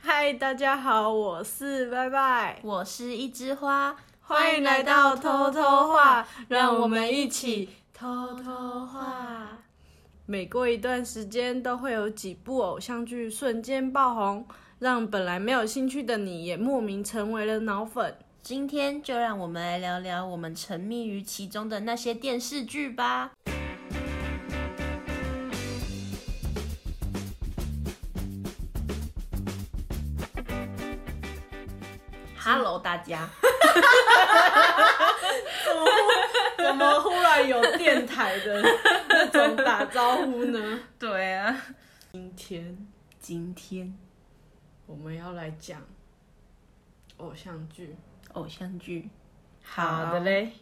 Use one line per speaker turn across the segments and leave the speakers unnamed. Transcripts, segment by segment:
嗨，大家好，我是拜拜，
我是一枝花，
欢迎来到偷偷话，让我们一起
偷偷话。
每过一段时间都会有几部偶像剧瞬间爆红，让本来没有兴趣的你也莫名成为了脑粉。
今天就让我们来聊聊我们沉迷于其中的那些电视剧吧。Hello，大 家，
怎么忽 怎么忽然有电台的那种打招呼呢？
对啊，
今天
今天
我们要来讲偶像剧，
偶像剧，
好的嘞，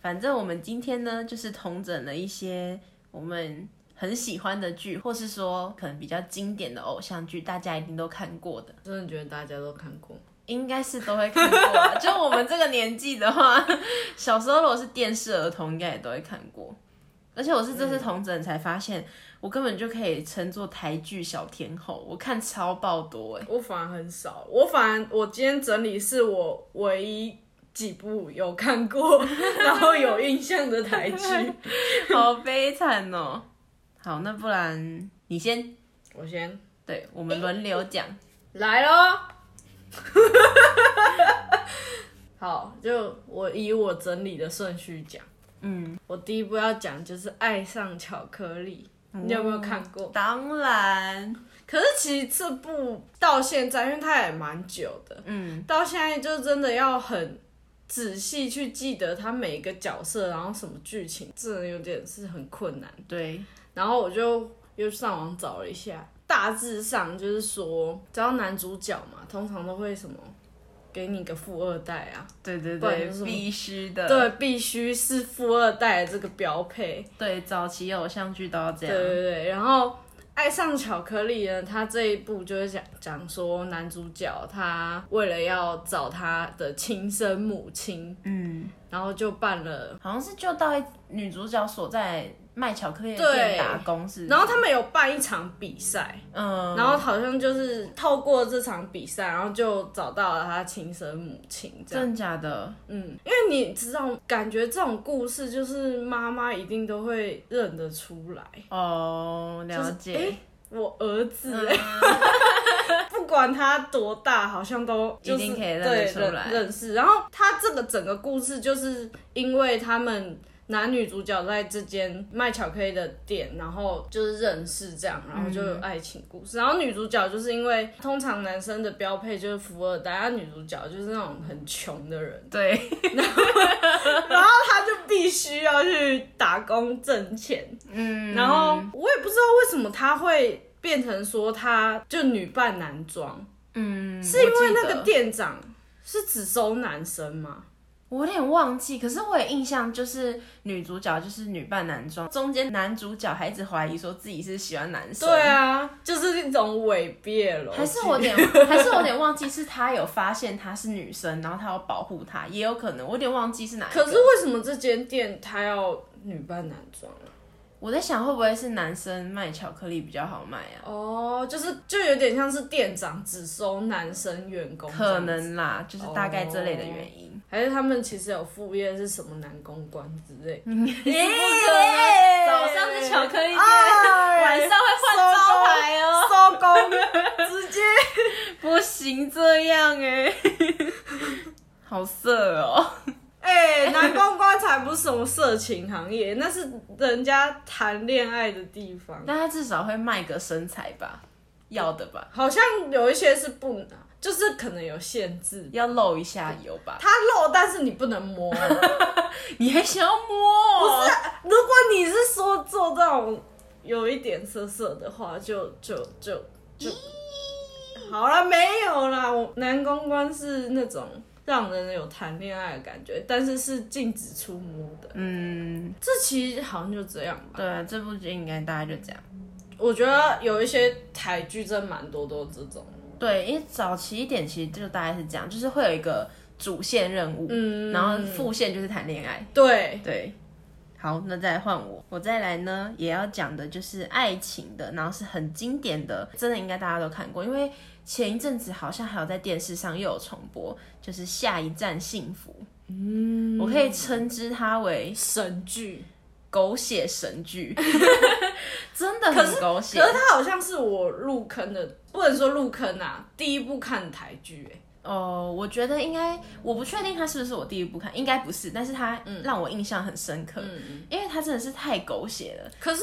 反正我们今天呢，就是统整了一些我们很喜欢的剧，或是说可能比较经典的偶像剧，大家一定都看过的，
真的觉得大家都看过。
应该是都会看过、啊。就我们这个年纪的话， 小时候如果是电视儿童，应该也都会看过。而且我是这次统整才发现，我根本就可以称作台剧小天后，我看超爆多哎、
我反而很少，我反而我今天整理是我唯一几部有看过， 然后有印象的台剧。
好悲惨哦。好，那不然你先，
我先
对我们轮流讲。
来喽。好，就我以我整理的顺序讲。
嗯，
我第一部要讲就是《爱上巧克力》，你有没有看过？
当然，
可是其实这部到现在，因为它也蛮久的，
嗯，
到现在就真的要很仔细去记得他每一个角色，然后什么剧情，真的有点是很困难。
对，
然后我就又上网找了一下，大致上就是说，只要男主角嘛，通常都会什么。给你个富二代啊，
对对
不然
对
就是，什么
必须的，
对，必须是富二代这个标配。
对，早期偶像剧都要这
对
样，
对对，然后《爱上巧克力》呢，他这一部就是讲讲说男主角他为了要找他的亲生母亲，
嗯，
然后就办了
好像是就到一女主角所在卖巧克力的
对
店打工是，
然后他们有办一场比赛，
嗯，
然后好像就是透过这场比赛，然后就找到了他亲生母亲这样。
真的假的？
嗯，因为你知道，感觉这种故事就是妈妈一定都会认得出来，
哦，
就是
了解，嗯
诶我儿子、欸， 不管他多大，好像都、就是、
一定可以认得
对
出来
认认识。然后他这个整个故事，就是因为他们男女主角在这间卖巧克力的店，然后就是认识这样，然后就有爱情故事。然后女主角就是因为通常男生的标配就是富二代，然后女主角就是那种很穷的人，
对，
然后他就必须要去打工挣钱。
嗯，
然后我也不知道为什么他会变成说他就女扮男装。
嗯，
是因为
我记
那
得
个，店长是只收男生吗？
我有点忘记，可是我也印象就是女主角就是女扮男装，中间男主角还一直怀疑说自己是喜欢男生，
对啊，就是那种伪别了。
还是我 有点，还是我有点忘记是他有发现她是女生，然后他要保护她，也有可能我有点忘记是哪一个。
可是为什么这间店他要女扮男装啊？
我在想，会不会是男生卖巧克力比较好卖啊？
哦，就是就有点像是店长只收男生员工，
可。能啦，就是大概这类的原因。
还是他们其实有副业是什么男公关之类 的，
耶早上是巧克力店，
哎
晚上会换招牌哦。
收工，直接
不行这样哎、好色哦。
哎、男公关才不是什么色情行业，那是人家谈恋爱的地方。
但他至少会卖个身材吧，要的吧，
好像有一些是不能，就是可能有限制。
要露一下油吧。
它露，但是你不能摸。
你还想要摸、哦？
如果你是说做这种有一点色色的话，就就就就好了，没有啦。我男公关是那种让人有谈恋爱的感觉，但是是禁止触摸的。
嗯。
这其实好像就这样吧。
对，啊这部剧应该大概就这样。
我觉得有一些台剧真的蛮多都这种。
对，因为早期一点其实就大概是这样，就是会有一个主线任务，
嗯
然后副线就是谈恋爱。
对，
对，好，那再来换我，我再来呢，也要讲的就是爱情的，然后是很经典的，真的应该大家都看过，因为前一阵子好像还有在电视上又有重播，就是《下一站幸福》。嗯，我可以称之它为
神剧。
狗血神 剧，真的很狗血
可。是它好像是我入坑的，不能说入坑啊，第一部看台剧、欸，
哦，我觉得应该，我不确定它是不是我第一部看，应该不是，但是它让我印象很深刻，
嗯
因为它真的是太狗血了。
可是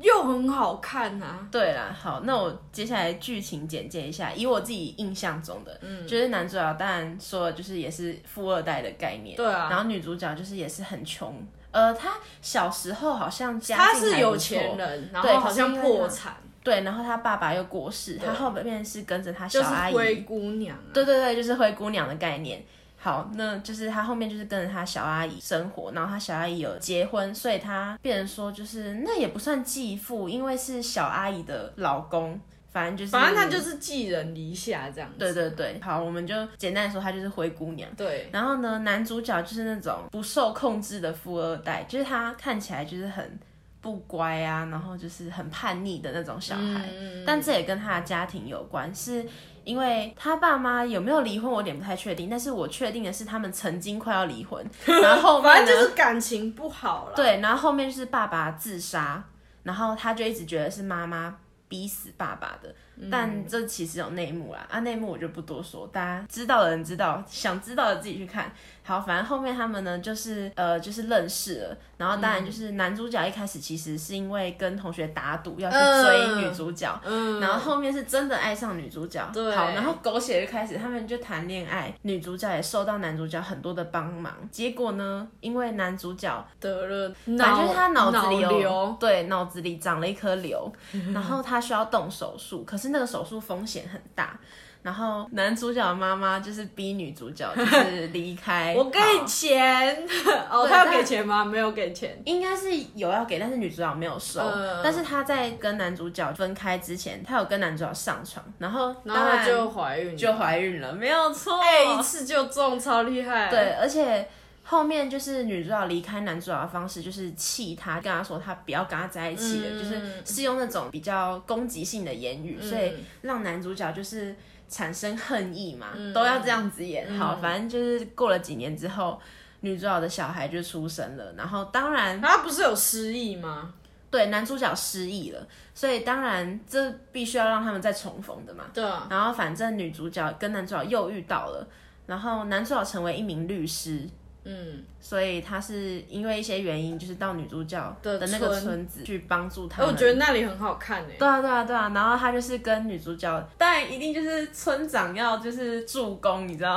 又很好看啊。
对啦，好，那我接下来剧情简介一下，以我自己印象中的，
嗯
就是男主角当然说的就是也是富二代的概念，
对啊
然后女主角就是也是很穷，呃，她小时候好像家
他
境还
是
不
有
错
钱，人，然
对
后好像破产，
对，然后她爸爸又过世，她后面是跟着她
就
小
是
阿姨
灰姑娘啊。
对对对，就是灰姑娘的概念。好，那就是她后面就是跟着她小阿姨生活，然后她小阿姨有结婚，所以她变成说就是那也不算继父，因为是小阿姨的老公，反正就是
反正他就是寄人篱下这样子。
对对对，好，我们就简单地说她就是灰姑娘。
对，
然后呢，男主角就是那种不受控制的富二代，就是他看起来就是很不乖啊，然后就是很叛逆的那种小孩。但这也跟他的家庭有关，是因为他爸妈有没有离婚，我有点不太确定。但是我确定的是，他们曾经快要离婚，然后后面
反
呢
正就是感情不好了。
对，然后后面就是爸爸自杀，然后他就一直觉得是妈妈逼死爸爸的，
嗯
但这其实有内幕啦，啊，内幕我就不多说，大家知道的人知道，想知道的自己去看。好，反正后面他们呢，就是呃，就是认识了，然后当然就是
嗯
男主角一开始其实是因为跟同学打赌要去追女主角，
嗯，
然后后面是真的爱上女主角，
对
好，然后狗血就开始，他们就谈恋爱，女主角也受到男主角很多的帮忙，结果呢，因为男主角
得了
反
脑，
正就是他脑子里有
瘤，
对脑子里长了一颗 瘤，然后他需要动手术，可是那个手术风险很大。然后男主角的妈妈就是逼女主角就是离开，
我给
好
你钱。 哦，
对
他有
但
给钱吗？没有给钱。
应该是有要给，但是女主角没有收。
嗯
但是她在跟男主角分开之前，她有跟男主角上床，然后
然后
当
她
然
就怀孕了，
就怀孕了，没有错。
哎、一次就中，超厉害。
对，，而且后面就是女主角离开男主角的方式，就是气他，跟他说他不要跟他在一起了，
嗯
就是是用那种比较攻击性的言语，所以让男主角就是产生恨意嘛，都要这样子演。好，反正就是过了几年之后。女主角的小孩就出生了，然后当然
他不是有失忆吗？
对男主角失忆了，所以当然这必须要让他们再重逢的嘛。
对啊，
然后反正女主角跟男主角又遇到了，然后男主角成为一名律师，
嗯，
所以他是因为一些原因，就是到女主角的那个
村
村子去帮助他
哎、
们。
我觉得那里很好看欸诶、
对啊，对啊，对啊。然后他就是跟女主角，当然一定就是村长要就是助攻，你知 道？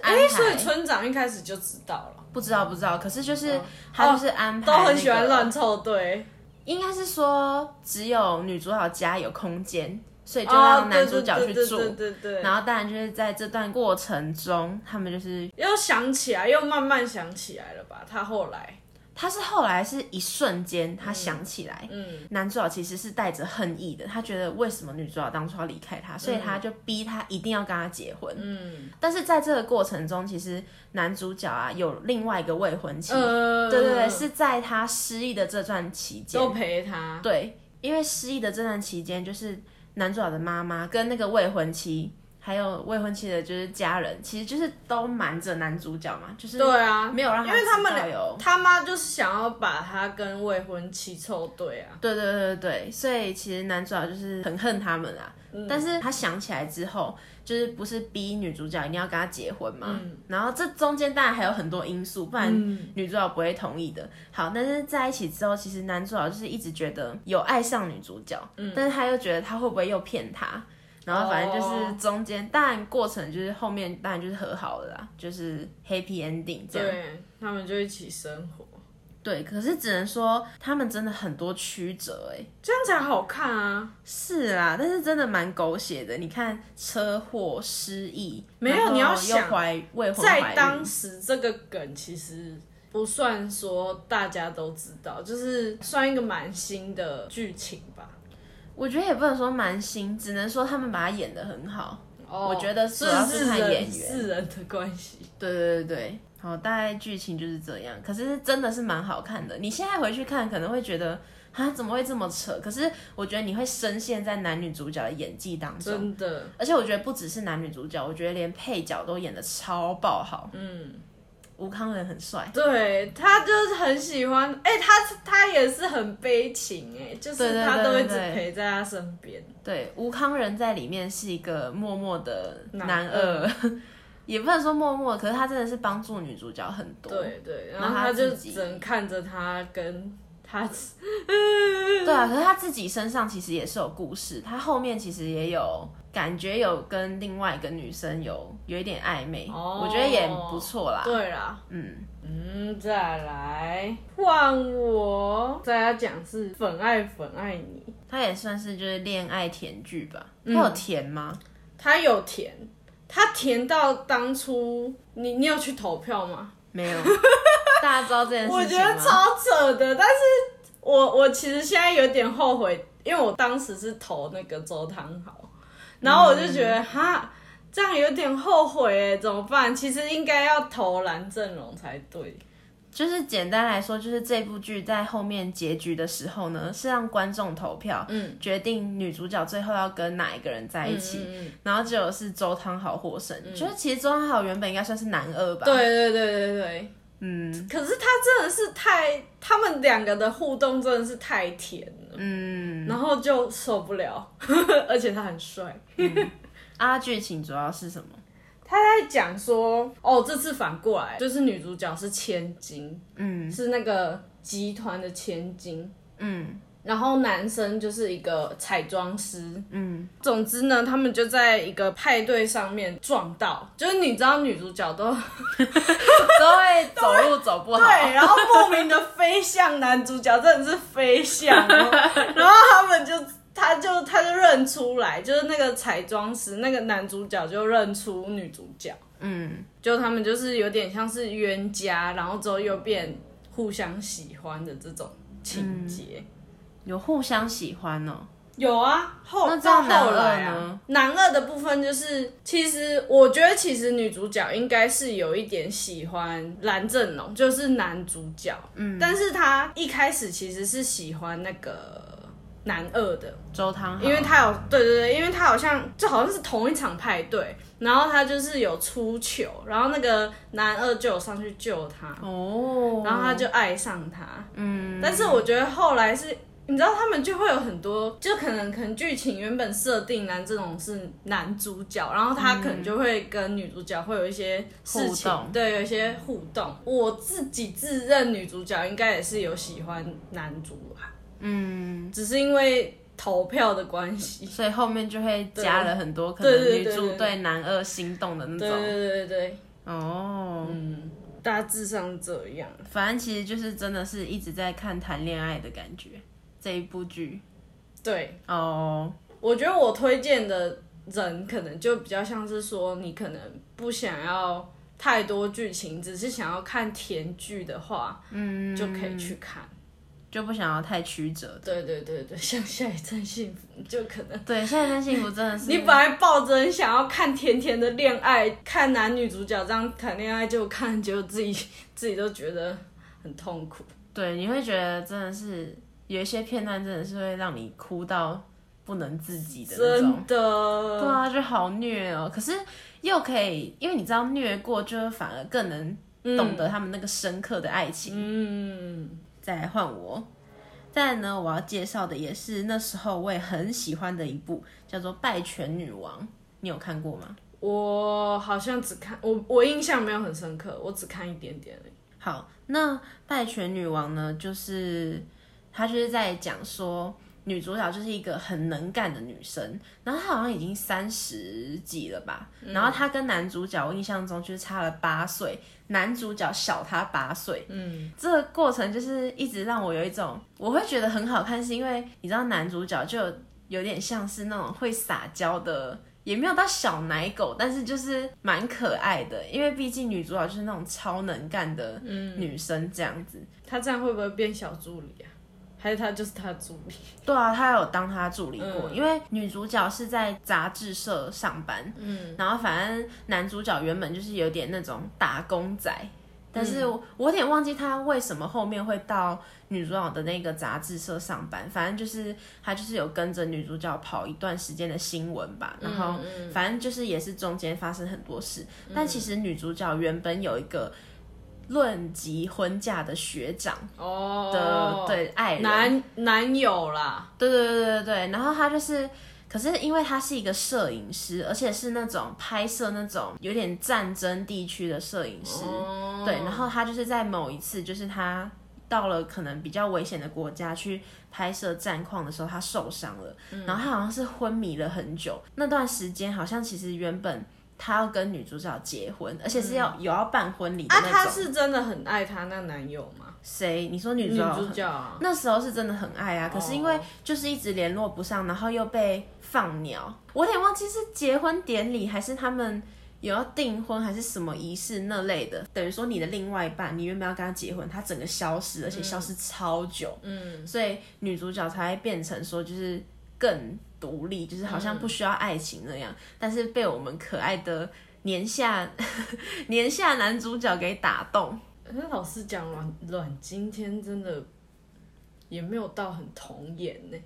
哎、
哎、所以村长一开始就知道了，
不知道不知道，可是就是、他就是安排、
哦都很喜欢乱，凑队。
应该是说只有女主角家有空间，所以就
哦
让，
对
男主
对
角
对
去
对
住。
对对对，
然后当然就是在这段过程中，他们就是
又想起来，又慢慢想起来了吧？他后来，
他是后来是一瞬间他想起来，
嗯，
男主角其实是带着恨意的，他觉得为什么女主角当初要离开他，所以他就逼他一定要跟他结婚。
嗯，
但是在这个过程中，其实男主角啊有另外一个未婚妻，
呃，
嗯对对对，是在他失忆的这段期间
都，陪他，
对，因为失忆的这段期间，就是男主角的妈妈跟那个未婚妻。还有未婚妻的，就是家人，其实就是都瞒着男主角嘛，就是
对啊，
没有让
因为他们
知道有
俩他妈就是想要把他跟未婚妻凑对啊，
对对对对对，所以其实男主角就是很恨他们啊，但是他想起来之后，就是不是逼女主角一定要跟他结婚嘛？然后这中间当然还有很多因素，不然
嗯
女主角不会同意的。好，但是在一起之后，其实男主角就是一直觉得有爱上女主角，但是他又觉得他会不会又骗她？然后反正就是
哦
中间，当然过程就是后面当然就是和好了啦，就是 happy ending 这样。
对他们就一起生活，
对，可是只能说他们真的很多曲折哎、
这样才好看啊！
是啦，但是真的蛮狗血的。你看车祸、失忆，
没有
然后
你要
又
想
怀未婚怀
在
孕
当时这个梗其实不算说大家都知道，就是算一个蛮新的剧情吧。
我觉得也不能说蛮新，只能说他们把它演得很好。
哦
我觉得主
这
要是
是
看
人
演员
是人的关系。
对对对对，好，大概剧情就是这样。可是真的是蛮好看的，你现在回去看可能会觉得啊怎么会这么扯？可是我觉得你会深陷在男女主角的演技当中，
真的，
而且我觉得不只是男女主角，我觉得连配角都演的超爆好。
嗯，
吴康仁很帅，
对他就是很喜欢，哎、他他也是很悲情、哎，就
对
是
对
他都
对
一直
对
陪在他身边，
对，吴康仁在里面是一个默默的
男
男二， 也不能说默默，可是他真的是帮助女主角很多。
对对，然
然
后
后
他
他
就
自己
只能看着他跟他，
对啊，可是他自己身上其实也是有故事，他后面其实也有感觉有跟另外一个女生有有一点暧昧，
哦
我觉得也不错啦。
对啦，
嗯，
嗯，再来换我，大家讲是粉爱粉爱你，
他也算是就是恋爱甜剧吧。
嗯
他有甜吗？
他有甜，他甜到当初你你有去投票吗？
没有，大家知道这件事情吗？
我觉得超扯的，但是我我其实现在有点后悔，因为我当时是投那个周汤豪，然后我就觉得哈、这样有点后悔哎，怎么办？其实应该要投蓝正龙才对。
就是简单来说，就是这部剧在后面结局的时候呢，是让观众投票，嗯，决定女主角最后要跟哪一个人在一起，
嗯嗯嗯
然后结果是周汤豪获胜。就是其实周汤豪原本应该算是男二吧，
对，对对对对，
嗯
可是他真的是太，他们两个的互动真的是太甜了，
嗯，
然后就受不了， 而且他很帅。
啊，剧情主要是什么？
他在讲说，哦，这次反过来就是女主角是千金，
嗯
是那个集团的千金，
嗯
然后男生就是一个彩妆师。
嗯，
总之呢，他们就在一个派对上面撞到，就是你知道女主角都
都会走路走不好，
对，然后莫名的飞向男主角，真的是飞向 哦，然后他们就。他就他就认出来，就是那个彩妆师，那个男主角就认出女主角，
嗯
就他们就是有点像是冤家，然后之后又变互相喜欢的这种
嗯
情节。
有互相喜欢哦，
有啊，后
那这样
到后
男二
来啊
呢，
男二的部分就是，其实我觉得其实女主角应该是有一点喜欢蓝正龙，就是男主角，嗯，但是他一开始其实是喜欢那个男二的，
周汤豪，
因为他有对对对，因为他好像就好像是同一场派对，然后他就是有出糗，然后那个男二就有上去救他，
哦，
然后他就爱上他。
嗯
但是我觉得后来是，你知道他们就会有很多，就可能可能剧情原本设定男这种是男主角，然后他可能就会跟女主角会有一些事情
互，动
对，有一些互动。我自己自认女主角应该也是有喜欢男主啊，
嗯。
只是因为投票的关系。
所以后面就会加了很多可
对
能
对对
女主
对对
对男二心动的那
对对
种
对对对，
哦，
嗯，大致上这样。
反正其实就是真的是一直在看谈恋爱的感觉这一部剧
对，
哦，
我觉得我推荐的人可能就比较像是说，你可能不想要太多剧情，只是想要看甜剧的话，嗯，就可以去看。
就不想要太曲折。
对对对对，像 下一站幸福，你就可能。
对，现在的幸福真的 是
你本来抱着很想要看甜甜的恋爱，看男女主角这样谈恋爱，就看，结果自己 自己都觉得很痛苦。
对，你会觉得真的是有一些片段真的是会让你哭到不能自己的那种。
真的，
对啊，就好虐哦。可是又可以，因为你知道虐过，就反而更能懂得他们那个深刻的爱情。
嗯，
再来换我。再来呢，我要介绍的也是那时候我也很喜欢的一部，叫做《拜权女王》，你有看过吗？
我好像只看我我印象没有很深刻，我只看一点点而已。
好，那《拜权女王》呢，就是她就是在讲说，女主角就是一个很能干的女生，然后她好像已经三十几了吧，然后她跟男主角我印象中就是差了八岁，男主角小她八岁，
嗯。
这个过程就是一直让我有一种，我会觉得很好看，是因为你知道男主角就有点像是那种会撒娇的，也没有到小奶狗，但是就是蛮可爱的，因为毕竟女主角就是那种超能干的女生这样子。
他这样会不会变小助理啊？还是他就是他助理？
对啊，她有当她助理过，
嗯
因为女主角是在杂志社上班，
嗯
然后反正男主角原本就是有点那种打工仔，但是
嗯
我我有点忘记他为什么后面会到女主角的那个杂志社上班，反正就是他就是有跟着女主角跑一段时间的新闻吧，
嗯
然后反正就是也是中间发生很多事，
嗯
但其实女主角原本有一个论及婚嫁的学长
哦
的对爱人，
男男友啦，
对对对对对，然后他就是，可是因为他是一个摄影师，而且是那种拍摄那种有点战争地区的摄影师，
哦
对，然后他就是在某一次，就是他到了可能比较危险的国家去拍摄战况的时候，他受伤了，
嗯
然后他好像是昏迷了很久，那段时间好像其实原本。他要跟女主角结婚，而且是要、有要办婚礼的
嗯啊，
那
他
种。
是真的很爱他那男友吗？
谁、你说女主
女
角
主角啊，
那时候是真的很爱啊，可是因为就是一直联络不上，然后又被放鸟，我有点忘记是结婚典礼还是他们有要订婚还是什么仪式那类的，等于说你的另外一半，你原本要跟他结婚，他整个消失，而且消失超久，嗯，所以女主角才会变成说就是更独立，就是好像不需要爱情那样，但是被我们可爱的年下 年下男主角给打动。
可是老实讲，阮阮今天真的也没有到很童颜呢、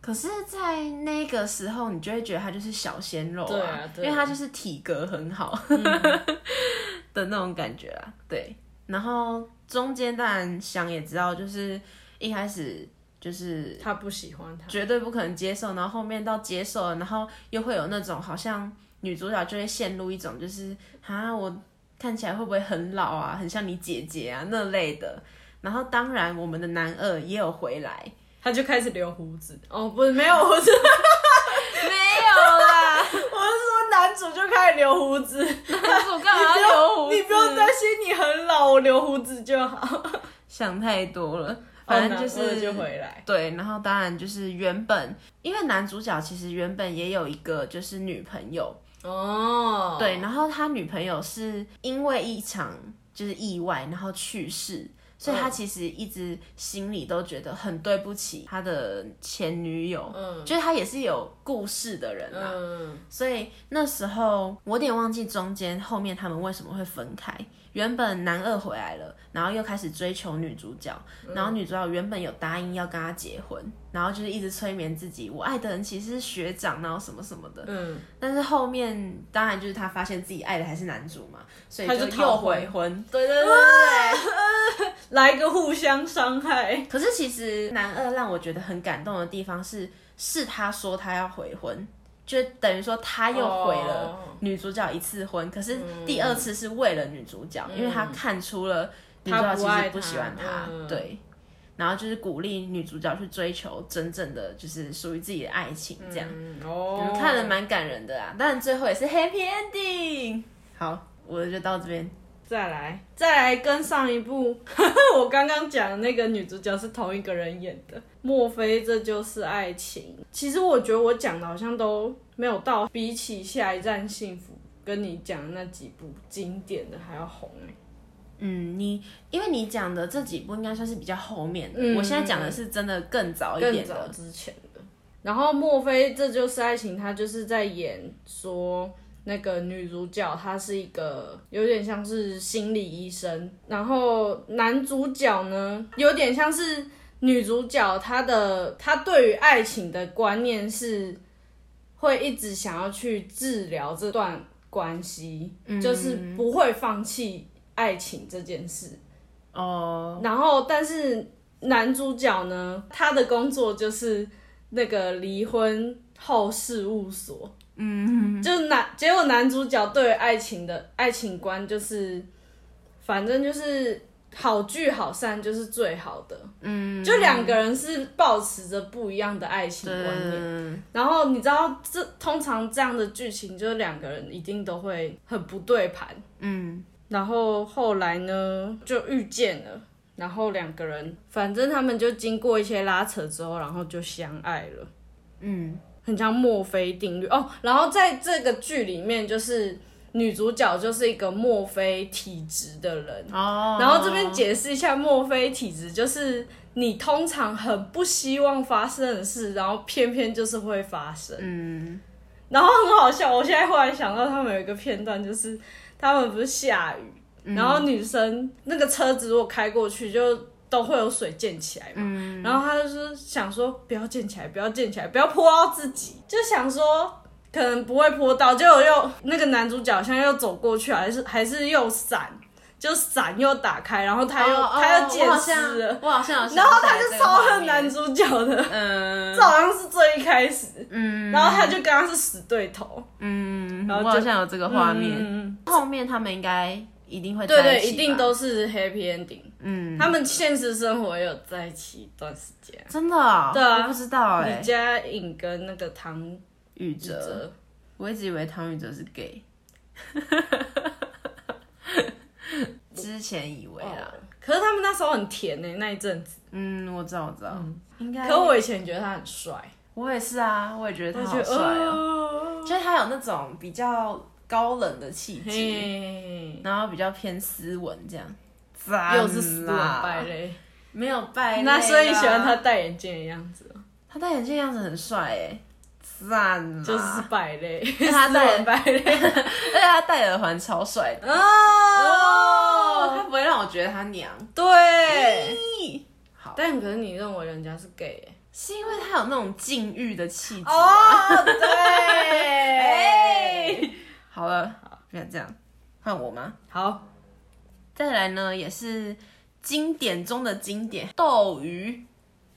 可是，在那个时候，你就会觉得他就是小鲜肉
对啊对啊嗯
因为他就是体格很好、 的那种感觉啊。对，然后中间当然想也知道，就是一开始就是
他不喜欢他，
绝对不可能接受，然后后面到接受了，然后又会有那种好像女主角就会陷入一种就是啊，我看起来会不会很老啊，很像你姐姐啊那类的。然后当然，我们的男二也有回来，
他就开始留胡子。哦，不是，没有胡子，
没有 啦。
我是说男主就开始留胡子。
我干嘛要留胡子？
你不用担心你很老，我留胡子就好。
想太多了，反正就
哦男二
是、
就回来。
对，然后当然就是原本，因为男主角其实原本也有一个就是女朋友，
哦，
对，然后他女朋友是因为一场就是意外，然后去世，所以他其实一直心里都觉得很对不起他的前女友，嗯，就是他也是有故事的人啊啦、
嗯，
所以那时候我有点忘记中间后面他们为什么会分开。原本男二回来了，然后又开始追求女主角，
嗯
然后女主角原本有答应要跟他结婚，然后就是一直催眠自己，我爱的人其实是学长，然后什么什么的。
嗯，
但是后面当然就是他发现自己爱的还是男主嘛，所以
他就
又
逃婚
悔婚。
对对对对， 来个互相伤害。
可是其实男二让我觉得很感动的地方是，是他说他要悔婚，就等于说他又悔了
哦
女主角一次婚，可是第二次是为了女主角，因为他看出了女主角其实不喜欢他，
他不爱她嗯
对。然后就是鼓励女主角去追求真正的，就是属于自己的爱情，这样、
嗯哦，
看了蛮感人的啊。当然最后也是 happy ending。好，我就到这边。
再来，再来跟上一部 我刚刚讲的那个女主角是同一个人演的。莫非这就是爱情？其实我觉得我讲的好像都没有到，比起下一站幸福跟你讲的那几部经典的还要红哎、
嗯，你因为你讲的这几部应该算是比较后面的，
嗯
我现在讲的是真的更早一
更
点
早
的。
之前的。然后莫非这就是爱情？他就是在演说那个女主角，她是一个有点像是心理医生，然后男主角呢，有点像是女主角她的她对于爱情的观念是会一直想要去治疗这段关系，就是
嗯
不会放弃爱情这件事。
哦，
然后，但是男主角呢，他的工作就是那个离婚后事务所。嗯，就是男，结果男主角对于爱情的爱情观就是，反正就是好聚好散就是最好的。嗯，就两个人是保持着不一样的爱情观念。
嗯，
然后你知道，这通常这样的剧情就是两个人一定都会很不对盘。
嗯，
然后后来呢，就遇见了，然后两个人，反正他们就经过一些拉扯之后，然后就相爱了，
嗯，
很像墨菲定律哦。然后在这个剧里面，就是女主角就是一个墨菲体质的人，
哦，
然后这边解释一下，墨菲体质就是你通常很不希望发生的事，然后偏偏就是会发生。
嗯，
然后很好笑，我现在忽然想到他们有一个片段，就是他们不是下雨，
嗯
然后女生那个车子如果开过去就都会有水溅起来嘛，然后她就是想说不要溅起来，不要溅起来，不要泼到自己，就想说。可能不会泼到，结果又那个男主角好像又走过去，还是还是又闪，就伞又打开，然后他又、
哦哦
他又见
我好像
湿了，
我好 像有想起来
然后他就
这个
超
画
恨
面
男主角的，
嗯
这好像是最一开始，
嗯
然后他就跟他是死对头，
嗯，
然后
我
就
好像有这个画面。
嗯
后面他们应该一定会
对
在
对，
起
一定
吧
都是 happy ending。
嗯，
他们现实生活也有在一起一段时间，
真的啊，
对啊
我不知道哎
李。佳颖跟那个唐
宇哲，
哲，
我一直以为唐禹哲是 gay，之前以为啦。
可是他们那时候很甜呢、那一阵子。
嗯，我知道，我知道，应该。
可我以前觉得他很帅，呃
我也是啊，我也觉得
我
他
觉
好
得
帅哦，
哦，
就是他有那种比较高冷的气质，
嘿，
然后比较偏斯文这样。
又是死
赞啦啊
板败类，
没有败类 啦。
那所以你喜欢他戴眼镜的样子，哦
他戴眼镜样子很帅哎，赞啦！
就是 败类，
他戴
斯文败类
而且他哎戴耳环超帅的哦，他
哦，
不会让我觉得他娘。
对。
好，
但可是你认为人家是 gay 欸
是因为他有那种禁欲的气质。啊
哦，对，
哎好了，不要这样，换我吗？
好，
再来呢，也是经典中的经典，斗鱼，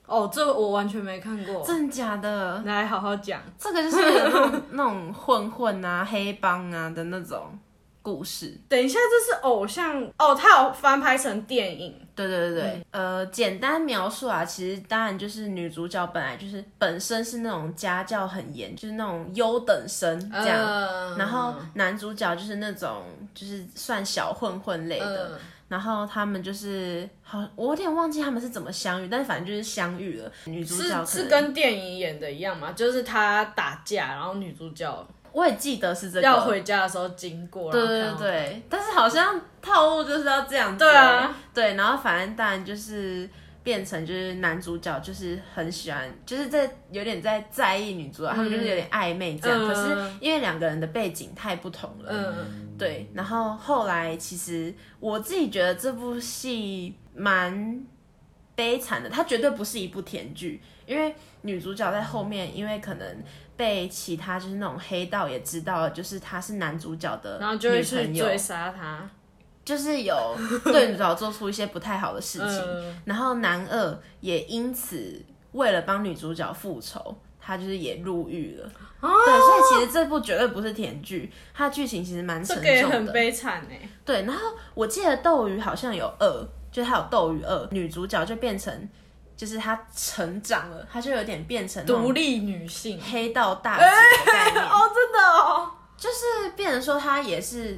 哦，这我完全没看过，
真的假的？
来好好讲。
这 个就是有那种那种混混啊、黑帮啊的那种故事。
等一下，这是偶像哦，他有翻拍成电影，
对对对对，
嗯
呃，简单描述啊，其实当然就是女主角本来就是本身是那种家教很严，就是那种优等生这样，
嗯
然后男主角就是那种就是算小混混类的，
嗯
然后他们就是好，我有点忘记他们是怎么相遇，但是反正就是相遇了。女主角可
是
能
是跟电影演的一样嘛，就是他打架，然后女主角
我也记得是这个，
要回家的时候经过，
对
然
对
后看到
对，但是好像套路就是要这样子。
对啊，
对，然后反正当然就是变成就是男主角就是很喜欢，就是在有点在在意女主角，他们就是有点暧昧这样。
嗯
可是因为两个人的背景太不同了，
嗯，
对，然后后来其实我自己觉得这部戏蛮悲惨的，它绝对不是一部甜剧，因为女主角在后面，因为可能被其他就是那种黑道也知道，就是她是男主角的
然后就会
女
去
朋友
追杀他，
就是有对女主角做出一些不太好的事情，
嗯
然后男二也因此为了帮女主角复仇，他就是也入狱了。对，所以其实这部绝对不是甜剧，它剧情其实蛮沉
这个也
重
很
的。
悲惨哎，
对，然后我记得斗鱼好像有二，就是它有斗鱼二，女主角就变成，就是她成长了，她就有点变成那种
独立女性，
黑道大姐的概念，
哦，真的哦，
就是变成说她也是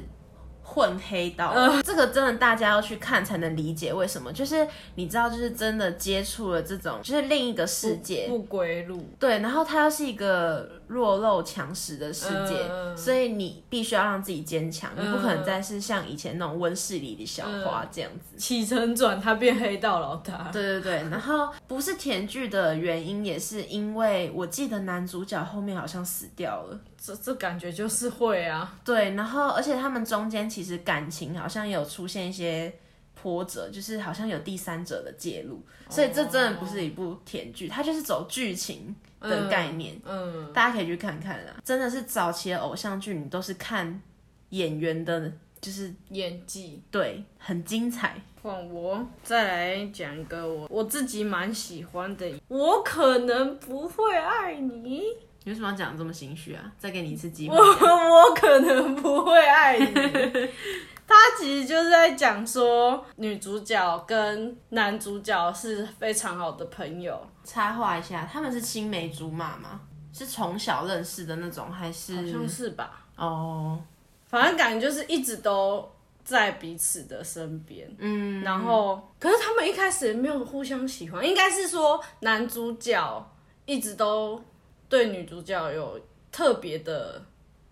混黑道。
嗯
这个真的大家要去看才能理解为什么，就是你知道，就是真的接触了这种，就是另一个世界。
不归路，
对，然后它又是一个弱肉强食的世界，
嗯
所以你必须要让自己坚强，你不可能
嗯
再是像以前那种温室里的小花这样子。
起承转他变黑道老大，
对对对，然后不是甜剧的原因，也是因为我记得男主角后面好像死掉了。
这这感觉就是会啊，
对，然后而且他们中间其实感情好像有出现一些波折，就是好像有第三者的介入，所以这真的不是一部甜剧，它就是走剧情的概念，
嗯，
大家可以去看看啦。真的是早期的偶像剧，你都是看演员的，就是
演技。
对，很精彩。
换我再来讲一个我我自己蛮喜欢的，我可能不会爱你，
你为什么要讲得这么心虚啊？再给你一次机会
我 我可能不会爱 你。他其实就是在讲说，女主角跟男主角是非常好的朋友，
插话一下，他们是青梅竹马吗？是从小认识的那种，还是
好像是吧？
哦，
反正感觉就是一直都在彼此的身边。
嗯，
然后，可是他们一开始也没有互相喜欢，应该是说男主角一直都对女主角有特别的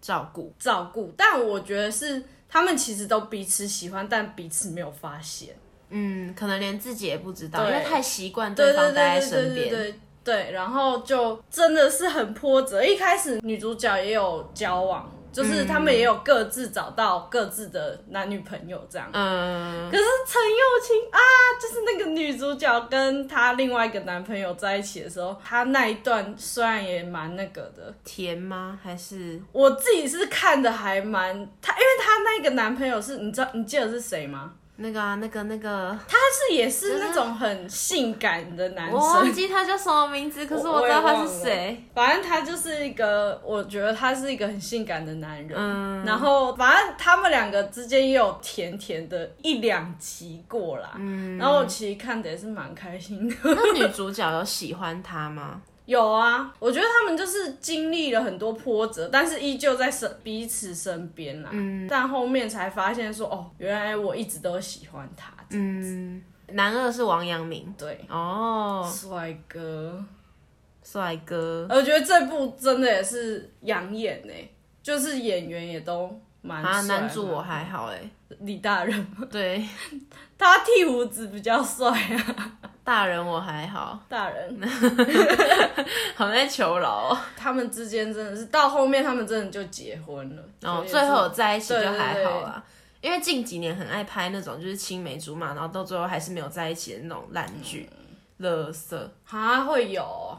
照顾，
照顾，但我觉得是他们其实都彼此喜欢，但彼此没有发现。
嗯，可能连自己也不知道，因
对
为太习惯
对对
方
对
待在
对对
身
对
边。
对对，然后就真的是很波折。一开始女主角也有交往，就是他们也有各自找到各自的男女朋友这样。
嗯，
可是陈又青啊，就是那个女主角跟她另外一个男朋友在一起的时候，她那一段虽然也蛮那个的，
甜吗？还是
我自己是看的还蛮她，因为她那个男朋友是你知道你记得是谁吗？
那个啊，那个那个，
他是也是那种很性感的男
我忘
生，
记他叫什么名字，可是
我
知道
我也
他
忘
是
了
谁。
反正他就是一个，我觉得他是一个很性感的男人。
嗯
然后反正他们两个之间也有甜甜的一两集过啦。嗯，然后我其实看的也是蛮开心的。
那女主角有喜欢他吗？
有啊，我觉得他们就是经历了很多波折，但是依旧在身彼此身边啦。嗯，但后面才发现说，哦，原来我一直都喜欢他。嗯，
嗯，男二是王阳明。
对，
哦，
帅哥。
帅哥
我觉得这部真的也是养眼呢、就是演员也都蛮帅
啊，
的
男主我还好 哎、
李大人，
对，
他剃胡子比较帅啊，
大人我还好，
大人。
好在求饶哦。
他们之间真的是到后面他们真的就结婚了，
哦，
所以
最
也是
后有在一起就还好
对对
啦。因为近几年很爱拍那种就是青梅竹马，然后到最后还是没有在一起的那种烂剧，
嗯
乐色。
啊会有哦，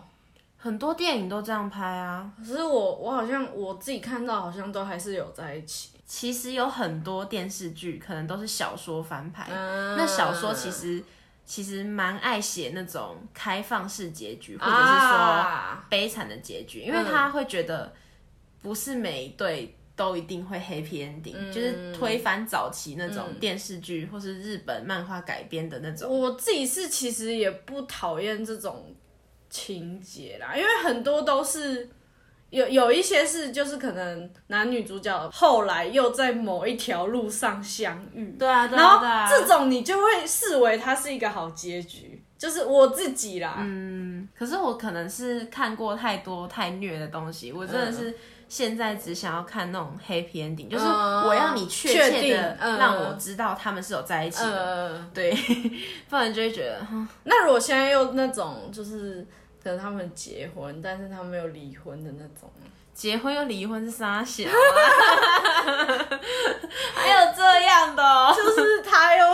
很多电影都这样拍啊。
可是我我好像我自己看到好像都还是有在一起。
其实有很多电视剧可能都是小说翻拍，
嗯
那小说其实其实蛮爱写那种开放式结局，或者是说
啊，
悲惨的结局，因为他会觉得不是每一对都一定会 happy ending，、就是推翻早期那种电视剧或是日本漫画改编的那种。
我自己是其实也不讨厌这种情节啦，因为很多都是有有一些是就是可能男女主角后来又在某一条路上相遇，
对啊，对
然
啊，
后
对啊。
这种你就会视为它是一个好结局，就是我自己啦，
嗯可是我可能是看过太多太虐的东西，我真的是现在只想要看那种 happy ending，、就是我要你嗯确嗯
确
切
定
的
嗯
让我知道他们是有在一起的，
呃，
对，不然就会觉得哼
那如果现在又那种就是可能他们结婚，但是他们有离婚的那种呢。
结婚又离婚是傻小、啊， 还有这样的哦、
就是他又，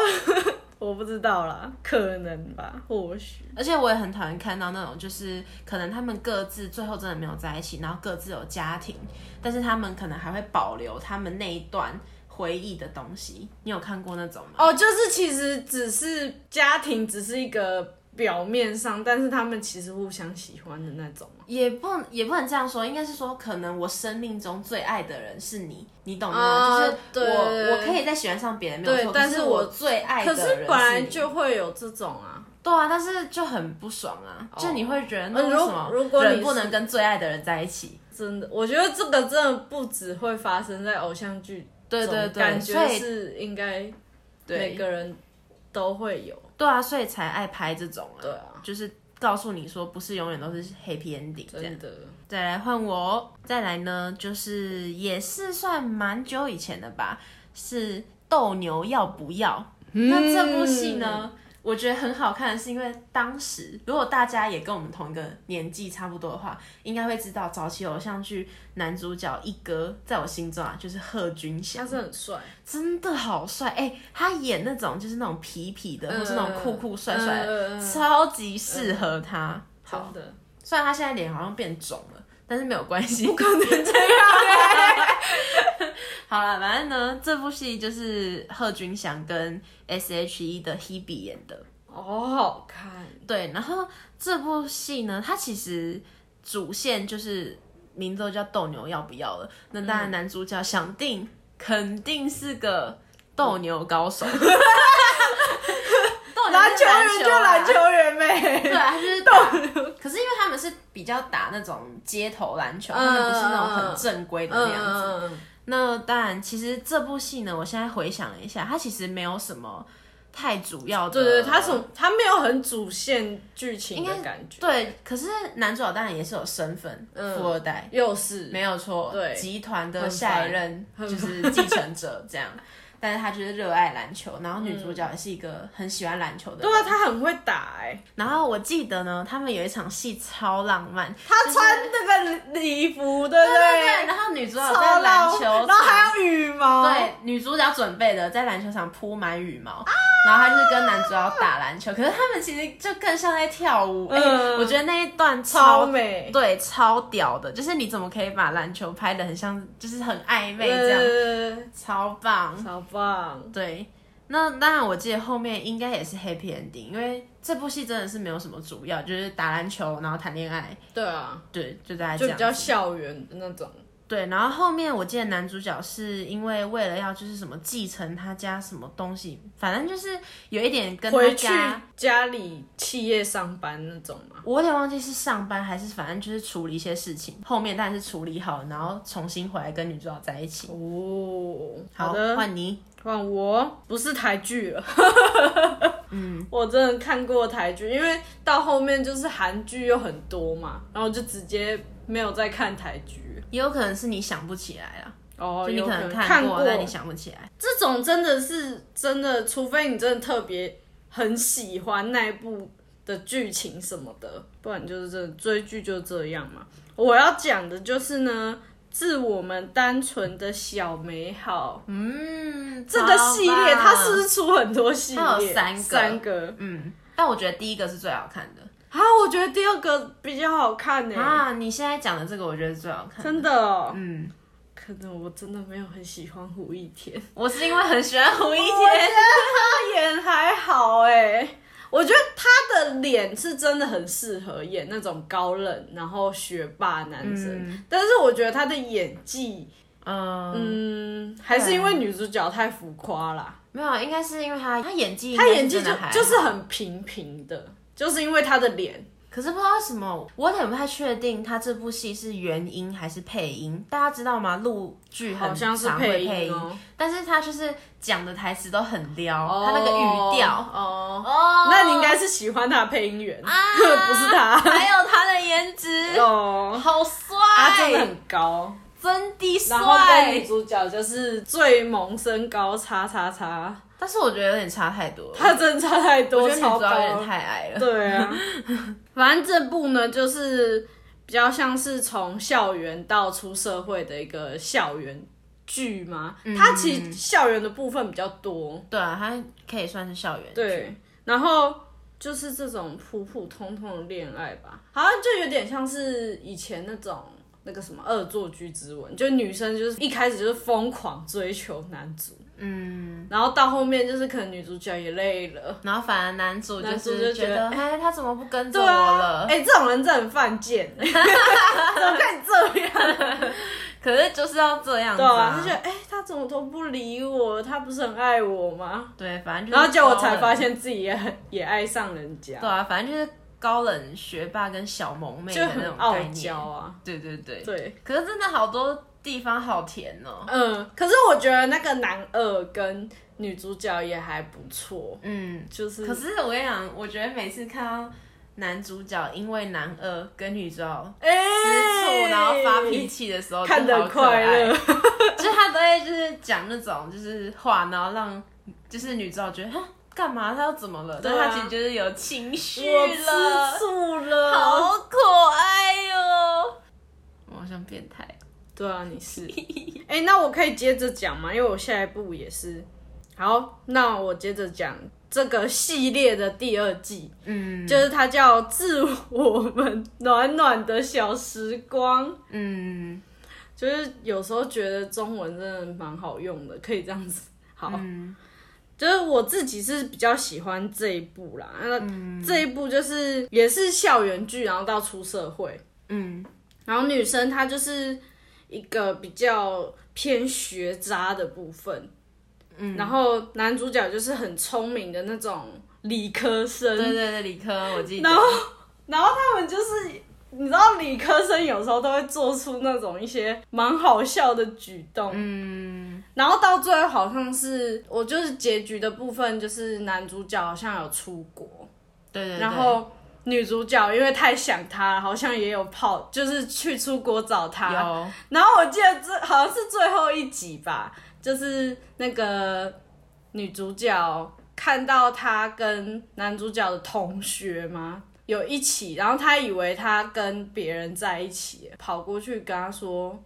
我不知道啦，可能吧，或许。
而且我也很讨厌看到那种，就是可能他们各自最后真的没有在一起，然后各自有家庭，但是他们可能还会保留他们那一段回忆的东西。你有看过那种吗？
哦，就是其实只是家庭只是一个表面上，但是他们其实互相喜欢的那种嘛。
也不也不能这样说，应该是说，可能我生命中最爱的人是你，你懂吗？
啊
就是我
对
我可以再喜欢上别人，没有
对
错，
但
可
是
是
我
最爱的
可
人
是本来
你
就会有这种啊，
对啊，但是就很不爽啊，就你会觉得那
呃
为
如
什么
如果
人
你
不
是
能跟最爱的人在一起？
真的，我觉得这个真的不只会发生在偶像剧
对
中，
对对，
感
所
觉
以
是应该每
对
个人都会有。
对啊，所以才爱拍这种啊，
对啊
就是告诉你说不是永远都是 happy ending 这样
真。的，
再来换我哦，再来呢，就是也是算蛮久以前的吧，是《斗牛要不要》
嗯
那这部戏呢，我觉得很好看，是因为当时如果大家也跟我们同一个年纪差不多的话，应该会知道早期偶像剧男主角一哥，在我心中啊就是贺军翔
他。是很帅，
真的好帅哎、他演那种就是那种痞痞的，或是那种酷酷帅帅的，
嗯嗯嗯嗯嗯
超级适合他。好，
真的。
虽然他现在脸好像变肿了，但是没有关系。
不可能这样、
好了，反正呢，这部戏就是贺军翔跟 S.H.E 的 Hebe 演的。
好好看，
对，然后这部戏呢，它其实主线就是名字都叫斗牛要不要了。那当
嗯
然，男主角想定肯定是个斗牛 高手。斗牛
哦篮
是
球人就
啊
篮球人呗。
对啊，他就是斗。可是因为他们是比较打那种街头篮球，他们不是那种很正规的那样子。
嗯，嗯
那当然，其实这部戏呢，我现在回想了一下，它其实没有什么太主要的。
对对，他从他没有很主线剧情的感觉，
对，可是男主角当然也是有身份，富二代，
又是
没有错，
对
集团的下一任就是继承者这样。 但是他就是热爱篮球，然后女主角也是一个很喜欢篮球的人。
对啊，他很会打哎、
然后我记得呢，他们有一场戏超浪漫，
他穿那个礼服，对不
对对，
对？
然后女主角
超
在篮
浪
球
然
场，
后还有羽毛，
对，女主角准备的在篮球场铺满羽毛，
啊
然后她就是跟男主角打篮球，可是他们其实就更像在跳舞。哎、
嗯
我觉得那一段
超
超。
美，
对，超屌的，就是你怎么可以把篮球拍的很像，就是很暧昧
对
这样，
对对
超棒。
超棒。
对，那当然，我记得后面应该也是 happy ending，因为这部戏真的是没有什么主要，就是打篮球，然后谈恋爱，
对啊，
对，就大概这
就比
样
较
子。
校园的那种。
对，然后后面我记得男主角是因为为了要就是什么继承他家什么东西，反正就是有一点跟他
回去
家，
家里企业上班那种嘛。
我有点忘记是上班还是反正就是处理一些事情，后面当然是处理好，然后重新回来跟女主角在一起。
哦，
好
的，
换你。
换我，不是台剧了。 嗯，我真的看过台剧，因为到后面就是韩剧又很多嘛，然后就直接没有再看台剧。
也有可能是你想不起来了，
哦，
就你
有
可
可
能
能
看
过，
但你想不起来。
这种真的是真的，除非你真的特别很喜欢那一部的剧情什么的，不然就是这追剧就这样嘛。我要讲的就是呢，致我们单纯的小美好
嗯，
这个系列，
超棒
它是不是出很多系列？
它有三个
三个。
嗯，但我觉得第一个是最好看的
啊，我觉得第二个比较好看呢、
啊！你现在讲的这个，我觉得是最好看的。
真的、哦。
嗯，
可能我真的没有很喜欢胡一天。
我是因为很喜欢胡
我
一
觉得
天，
他演还好哎、我觉得他的脸是真的很适合演那种高冷然后学霸男生，但是我觉得他的演技，
嗯，
嗯，还是因为女主角太浮夸啦，
没有，应该是因为他他演技，
他演技就
真的还好
就是，很平平的，就是因为他的脸，
可是不知道为什么，我有点不太确定他这部戏是原音还是配音。大家知道吗？录剧很
好像是
常会
配
配
音哦
但是他就是讲的台词都很撩，他那个语调
哦，
哦
那你应该是喜欢他的配音员，
啊
不是他
还有他的颜值，
哦，
好帅，
他真的很高。
真的
然后跟女
帅。
主角就是最萌身高叉叉叉，
但是我觉得有点差太多了，
他真的差太多，
我觉得女
超
主角
高
有点太矮了。
对啊， 反正这部呢就是比较像是从校园到出社会的一个校园剧嘛，
嗯
它其实校园的部分比较多，
对啊，它可以算是校园剧。
对，然后。就是这种普普通通的恋爱吧，好像就有点像是以前那种那个什么《恶作剧之吻》，就女生就是一开始就是疯狂追求男主，
嗯，
然后到后面就是可能女主角也累了，
然后反而男主就
男主就是觉
觉
得
得，哎，他怎么不跟着
对
我
啊
了，？
哎、这种人真的很犯贱、 欸，怎么看你这样？
可是就是要这样子
对啊，就觉得
啊。
哎、他怎么都不理我，他不是很爱我吗？
对，反正就是
然后结果我才
高冷
发，现自己也很也爱上人家，
对啊，反正就是高冷学霸跟小萌妹
就
的那
很
种
傲
概念
娇。啊。
对对对。
对，
可是真的好多地方好甜哦。
嗯，可是我觉得那个男二跟女主角也还不错，
嗯，
就是
可是我跟你讲，我觉得每次看到男主角因为男二跟女主角
哎，
吃醋然后发脾，气的时 候，
看
就好
得
可
快
爱
乐。
就是他都会就是讲那种就是话，然后让就是女主角觉得哈干嘛他要怎么了？
对
但
啊
他其实就是有情绪
我吃
了，
醋了，
好可爱哟、我好像变态，
对啊，你 是。哎、那我可以接着讲吗？因为我下一步也是。好，那我接着讲这个系列的第二季，
嗯
就是它叫《致我们暖暖的小时光》。
嗯
就是有时候觉得中文真的蛮好用的，可以这样子。好，
嗯
就是我自己是比较喜欢这一部啦。那、
嗯
这一部就是也是校园剧，然后到出社会，
嗯
然后女生她就是一个比较偏学渣的部分，嗯，然后男主角就是很聪明的那种理科生，
对对对，理科我记得
然，后然后他们就是你知道理科生有时候都会做出那种一些蛮好笑的举动，
嗯
然后到最后好像是我就是结局的部分就是男主角好像有出国，
对对对，
然后女主角因为太想他了，好像也有跑，就是去出国找他。
有
然后我记得这好像是最后一集吧，就是那个女主角看到她跟男主角的同学嘛，有一起，然后她以为她跟别人在一起，跑过去跟他说，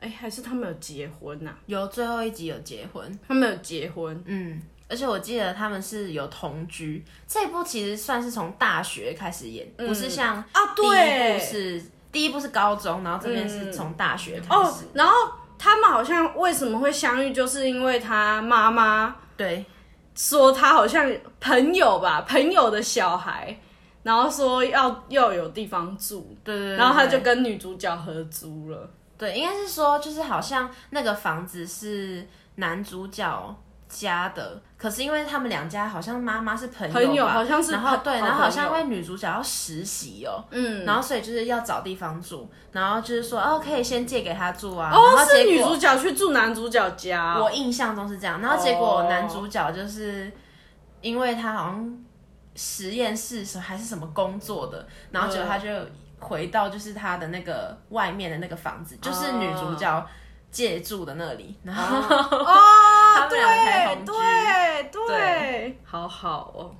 哎、还是他们有结婚呐、
有最后一集有结婚，
他们有结婚，
嗯，而且我记得他们是有同居。这一部其实算是从大学开始演，不是像
啊
第一
对嗯
部是第一部是高中，然后这边是从大学开
哦
始。，
然后他们好像为什么会相遇，就是因为他妈妈
对，
说他好像朋友吧，朋友的小孩，然后说要要有地方住，
对对对
然后他就
对
跟女主角合租了。
对，应该是说就是好像那个房子是男主角家的，可是因为他们两家好像妈妈是朋友吧，
朋友好像是
然后
朋
对，
好
然后好像因
朋
为
友
女主角要实习哦。
嗯，
然后，所以就是要找地方住，然后就是说，哦，可以先借给他住啊。然
哦，
后
是
结
女
果
主角去住男主角家哦、
我印象中是这样，然后结果
哦
男主角就是因为他好像实验室什么还是什么工作的，然后
嗯
结果他就回到就是他的那个外面的那个房
哦
子，就是女主角借住的那里，然后、
哦，
们俩才
对
同居
对
对啊
对，好好哦，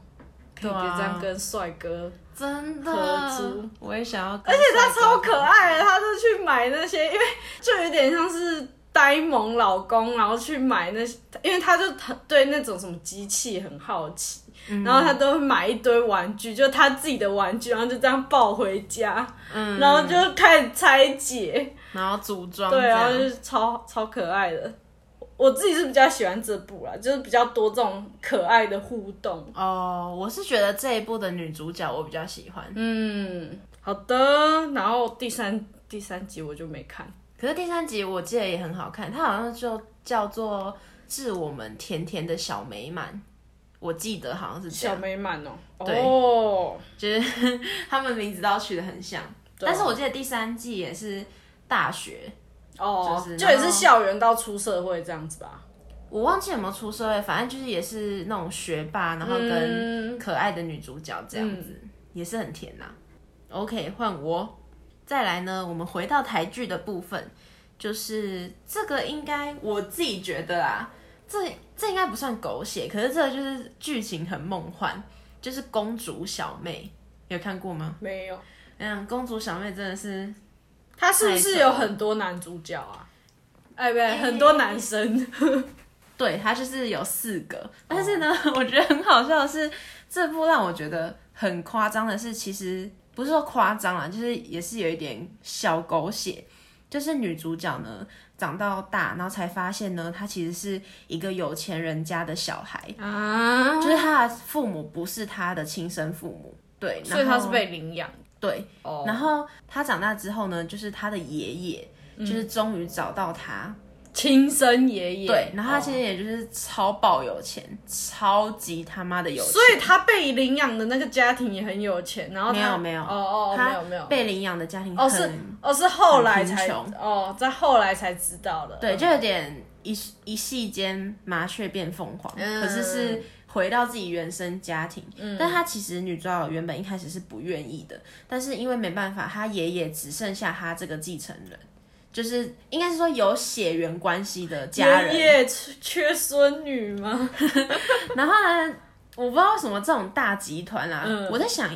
可以别这样跟帅哥，
真
合租，
我也想要，而
而且他超可爱的，他就去买那些，因为就有点像是呆萌老公，然后去买那些，因为他就很对那种什么机器很好奇，
嗯
然后他都会买一堆玩具，就他自己的玩具，然后就这样抱回家，
嗯
然后就开始拆解，
然后组装
对，
这
然
样，
后就是超超可爱的。我自己是比较喜欢这部啦，就是比较多这种可爱的互动。
哦，我是觉得这一部的女主角我比较喜欢，
嗯，好的。然后第三第三集我就没看。
可是第三集我记得也很好看，它好像就叫做《致我们甜甜的小美满》，我记得好像是这
小
样，
美满哦、
对
哦，
就是他们名字都取得很像。
对啊
但是我记得第三季也是大学，
哦，
就是
就
然
也
后
是校园到出社会这样子吧。
我忘记有没有出社会，反正就是也是那种学霸，然后
嗯
跟可爱的女主角这样子，也是很甜呐、OK，换我。再来呢，我们回到台剧的部分，就是这个应该我自己觉得啦，这这应该不算狗血，可是这个就是剧情很梦幻，就是公主小妹，有看过吗？
没有，
嗯，公主小妹真的是
他是不是有很多男主角啊？哎，不对，很多男生。
对，它就是有四个。但是呢，
哦
我觉得很好笑的是，这部让我觉得很夸张的是，其实不是说夸张啦，就是也是有一点小狗血。就是女主角呢长到大，然后才发现呢，她其实是一个有钱人家的小孩，
啊，
就是她的父母不是她的亲生父母。对，
所以
然后
他是被领养。
对，
哦，
然后她长大之后呢，就是她的爷爷，就是终于找到她，
亲生爷爷。
对，然后他其
哦
实也就是超爆有钱，超级他妈的有钱。
所以他被领养的那个家庭也很有钱，然后他
没有没有
哦哦
他
没有没有
被领养的家庭
哦
很
是哦是后来才
很贫穷
哦在后来才知道的，
对，就有点一一夕间麻雀变凤凰，
嗯
可是是回到自己原生家庭。但她其实女主角原本一开始是不愿意的，但是因为没办法，她爷爷只剩下她这个继承人，就是应该是说有血缘关系的家人。
爷爷缺缺孙女吗？
然后呢，我不知道为什么这种大集团啦、
嗯
我在想，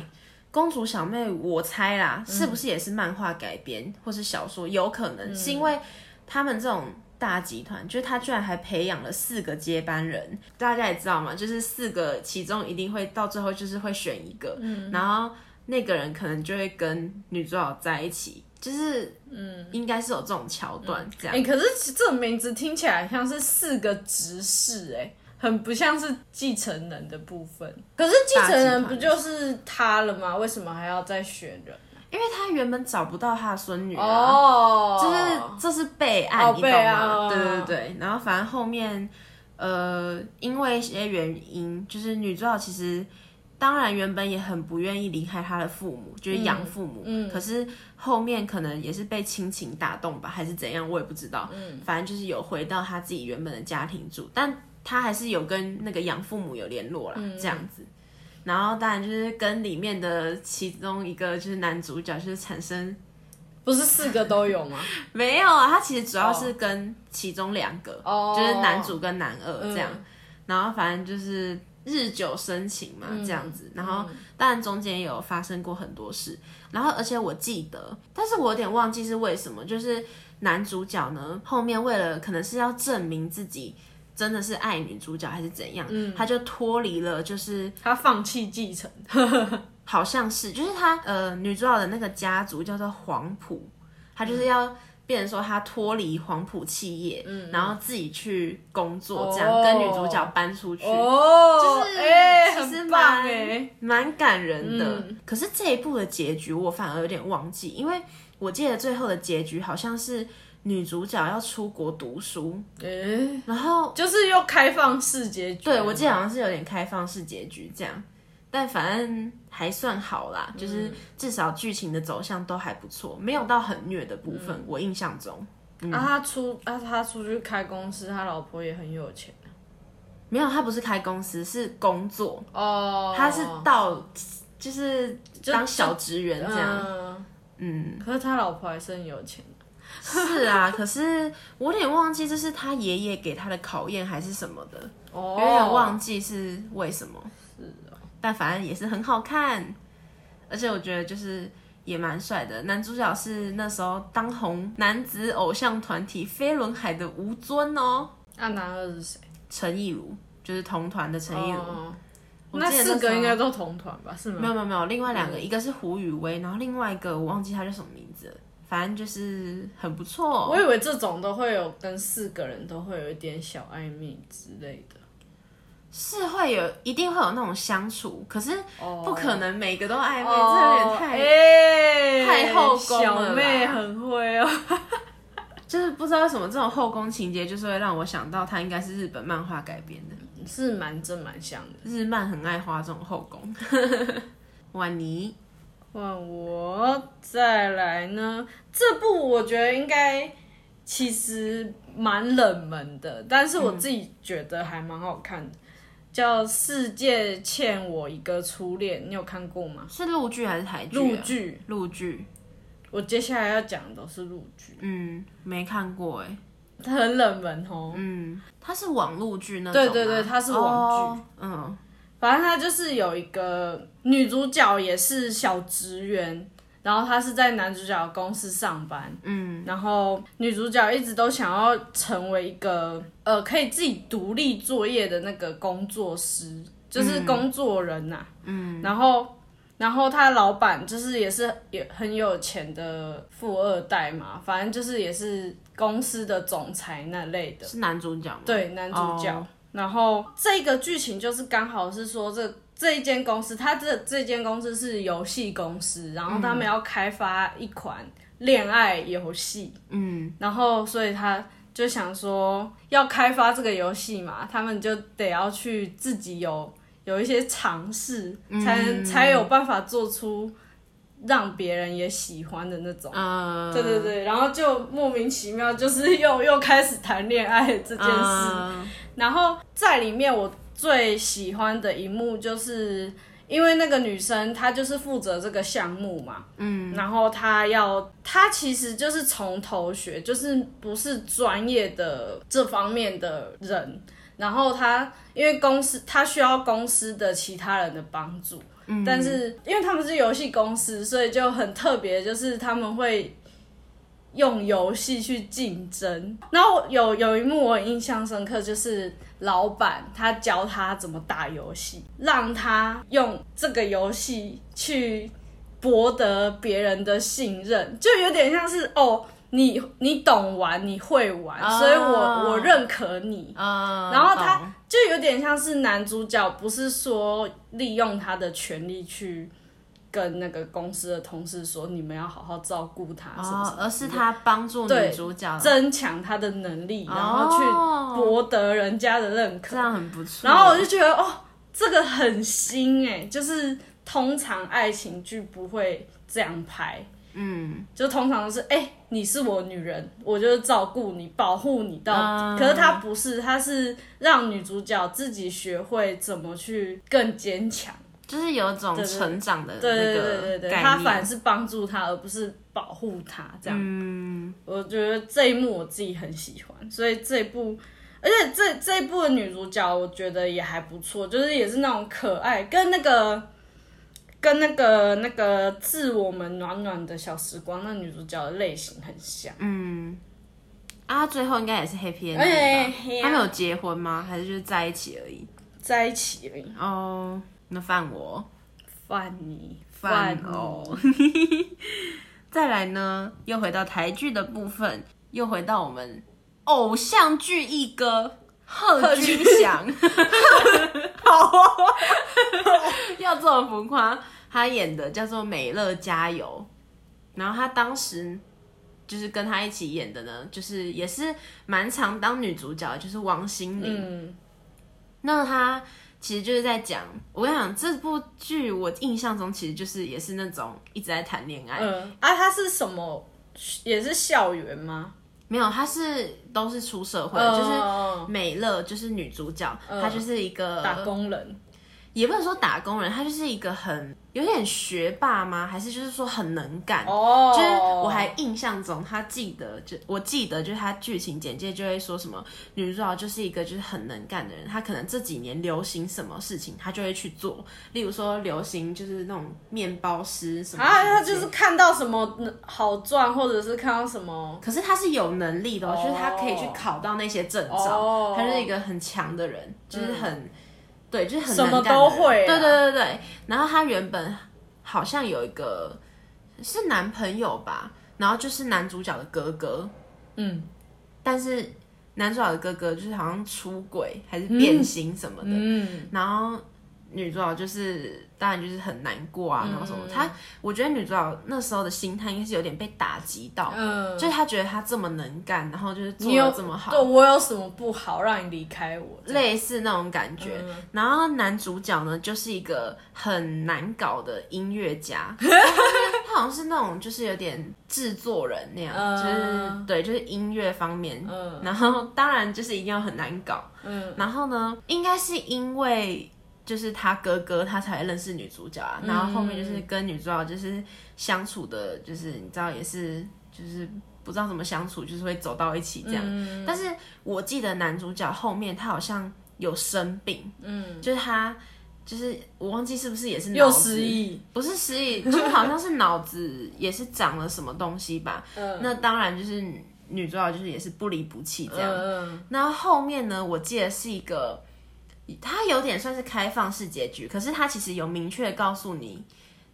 公主小妹，我猜啦，是不是也是漫画改编或是小说？有可
嗯
能、是因为他们这种大集团，就是他居然还培养了四个接班人，大家也知道嘛，就是四个其中一定会到最后就是会选一个，
嗯
然后那个人可能就会跟女主角在一起，就是嗯，应该是有这种桥段这样。
哎、可是其实这种名字听起来像是四个执事、哎，很不像是继承人的部分。可是继承人不就是他了吗？为什么还要再选人？
因为他原本找不到他的孙女啊。
哦，
就是这是备案，
哦
你懂
备案
吗？
哦
对对对，然后反正后面呃，因为一些原因，就是女主角其实当然原本也很不愿意离开她的父母，就是
嗯
养父母，可是后面可能也是被亲情打动吧，还是怎样，我也不知道，
嗯
反正就是有回到她自己
嗯
原本的家庭住，但她还是有跟那个养父母有联络啦，这样子。然后当然就是跟里面的其中一个就是男主角就是产生
不是四个都有吗？
没有啊，他其实主要是跟其中两个
哦
就是男主跟男二这样，
嗯
然后反正就是日久生情嘛，
嗯
这样子。然后当然中间也有发生过很多事，然后而且我记得，但是我有点忘记是为什么，就是男主角呢后面为了可能是要证明自己。真的是爱女主角还是怎样？
嗯
他就脱离了，就是
他放弃继承，
好像是，就是他呃，女主角的那个家族叫做黄埔，他就是要变成说他脱离黄埔企业，然后自己去工作，这样、
嗯哦
跟女主角搬出去。
哦，
就是
哎、
其实
很棒
蛮
哎、
蛮感人的、
嗯
可是这一部的结局我反而有点忘记，因为我记得最后的结局好像是女主角要出国读书，
哎
然后
就是又开放式结局。
对，我记得好像是有点开放式结局这样，但反正还算好啦，
嗯
就是至少剧情的走向都还不错，没有到很虐的部分，
嗯
我印象中
啊，他出啊，他出去开公司，他老婆也很有钱啊
没有。他不是开公司，是工作，
哦。
他是到就是
就
当小职员这样。
嗯，
嗯，
可是他老婆还是很有钱。
是啊，可是我有点忘记这是他爷爷给他的考验还是什么的，
哦，
有点忘记是为什么。但反正也是很好看，而且我觉得就是也蛮帅的。男主角是那时候当红男子偶像团体飞轮海的吴尊哦，
啊，男二是谁？
陈亦儒就是同团的陈亦儒。
哦，
我记
那
得时候
四个应该都同团吧？是
没
吗？
有没有没有，另外两个、一个是胡宇威，然后另外一个我忘记他叫什么名字了，反正就是很不错。
我以为这种都会有跟四个人都会有一点小暧昧之类的。
是会有一定会有那种相处，可是
哦
不可能每个都暧昧，这有
哦
点太、
哎
太后宫了啦
小妹很会哦。
就是不知道为什么这种后宫情节，就是会让我想到它应该是日本漫画改编的。
是蛮正蛮像的。
日漫很爱画这种后宫。婉妮，
换我再来呢，这部我觉得应该其实蛮冷门的，但是我自己觉得还蛮好看的，叫《世界欠我一个初恋》，你有看过吗？
是陆剧还是台剧、啊？
陆，剧，
陆剧。
我接下来要讲的都是陆剧，
嗯，没看过哎、
它很冷门哦。
嗯，它是网路剧那种吗
对对对它是网剧
哦嗯，
反正她就是有一个女主角也是小职员，然后她是在男主角的公司上班，嗯，然后女主角一直都想要成为一个呃可以自己独立作业的那个工作师，就是工作人呐、嗯，然后。然后她老板就是也是也很有钱的富二代嘛，反正就是也是公司的总裁那类的。
是男主角吗？，
对，男主角。
哦
然后这个剧情就是刚好是说这这一间公司，它这这间公司是游戏公司，然后他们要开发一款恋爱游戏，
嗯，
然后所以他就想说要开发这个游戏嘛，他们就得要去自己有有一些尝试，才
嗯
能、才有办法做出让别人也喜欢的那种。
呃，
对对对，然后就莫名其妙，就是 又又开始谈恋爱这件事。
嗯
然后在里面我最喜欢的一幕就是。因为那个女生她就是负责这个项目嘛，嗯，然后她要她其实就是从头学，就是不是专业的这方面的人，然后她因为公司她需要公司的其他人的帮助，嗯、但是因为他们是游戏公司，所以就很特别，就是他们会用游戏去竞争。然后有有一幕我很印象深刻，就是老板他教他怎么打游戏，让他用这个游戏去博得别人的信任，就有点像是哦，你你懂玩，你会玩，
哦
所以我我认可你。
呃，
然后
懂
他就有点像是男主角，不是说利用他的权利去跟那个公司的同事说你们要好好照顾他什么什
哦
么，
而是他帮助
对
女主角，
增强他的能力，然后去
哦
博得人家的认可
这。样很不错。
然后我就觉得哦，这个很新哎、就是通常爱情剧不会这样拍，嗯，就通常都是哎、你是我女人，我就是照顾你、保护你到底。
嗯
可是他不是，他是让女主角自己学会怎么去更坚强。
就是有一种成长的
对对
那
对对
个
对，
概
他反而
念。
是帮助他，而不是保护他这样。
嗯，
我觉得这一幕我自己很喜欢，所以这一部，而且这这一部的女主角我觉得也还不错，就是也是那种可爱，跟那个跟那个那个致我们暖暖的小时光那女主角的类型很像。
嗯啊，最后应该也是 happy ending 吧？
哎嘿啊
他们有结婚吗？还是就是在一起而已？
在一起而已，
哦，那犯我
范妮，
犯
范
哦。 再来呢，又回到台剧的部分，又回到我们偶像剧一哥贺军翔，好哦， 要这么浮夸。他演的叫做《美乐加油》，然后他当时就是跟他一起演的呢，就是也是蛮常当女主角的，就是王心凌。
嗯，
那他其实就是在讲，我跟你讲，这部剧我印象中其实就是也是那种一直在谈恋爱，
嗯啊，她是什么？也是校园吗？
没有，他是都是出社会，
哦
就是美乐就是女主角，她就是一个
嗯打，工人，
也不能说打工人，她就是一个很有点学霸吗？还是就是说很能干？
哦
就是我还印象中，他记得就我记得就是他剧情简介就会说什么女主角就是一个就是很能干的人，她可能这几年流行什么事情，她就会去做。例如说流行就是那种面包师什么
啊，
什么
他
之
就
类
是
的。
看到什么好赚，或者是看到什么
可是她是有能力的、哦，
哦
就是她可以去考到那些证照
哦，
她、是一个很强的人，就是很、对，就是很
什么
能干的人
都会啊
对对对对。然后她原本好像有一个是男朋友吧，然后就是男主角的哥哥，
嗯
但是男主角的哥哥就是好像出轨还是变心什么的，
嗯，
然后女主角就是当然就是很难过
嗯
啊，然后什么，她我觉得女主角那时候的心态应该是有点被打击到，
嗯
就是她觉得她这么能干，然后就是做
你有
的这么好
对，我有什么不好让你离开我？
类似那种感觉，
嗯
然后男主角呢就是一个很难搞的音乐 家，他就是他好像是那种就是有点制作人那样，就是
嗯
对，就是音乐方面，
嗯
然后当然就是一定要很难搞，
嗯
然后呢，应该是因为就是他哥哥，他才认识女主角啊。
嗯
然后后面就是跟女主角就是相处的，就是你知道也是就是不知道怎么相处，就是会走到一起这样。
嗯
但是我记得男主角后面他好像有生病，
嗯，
就是他就是我忘记是不是也是
又
脑子
失，忆，
不是失忆，就是好像是脑子也是长了什么东西吧。
嗯
那当然就是女主角就是也是不离不弃这样。
嗯
那后面呢？我记得是一个，它有点算是开放式结局，可是它其实有明确告诉你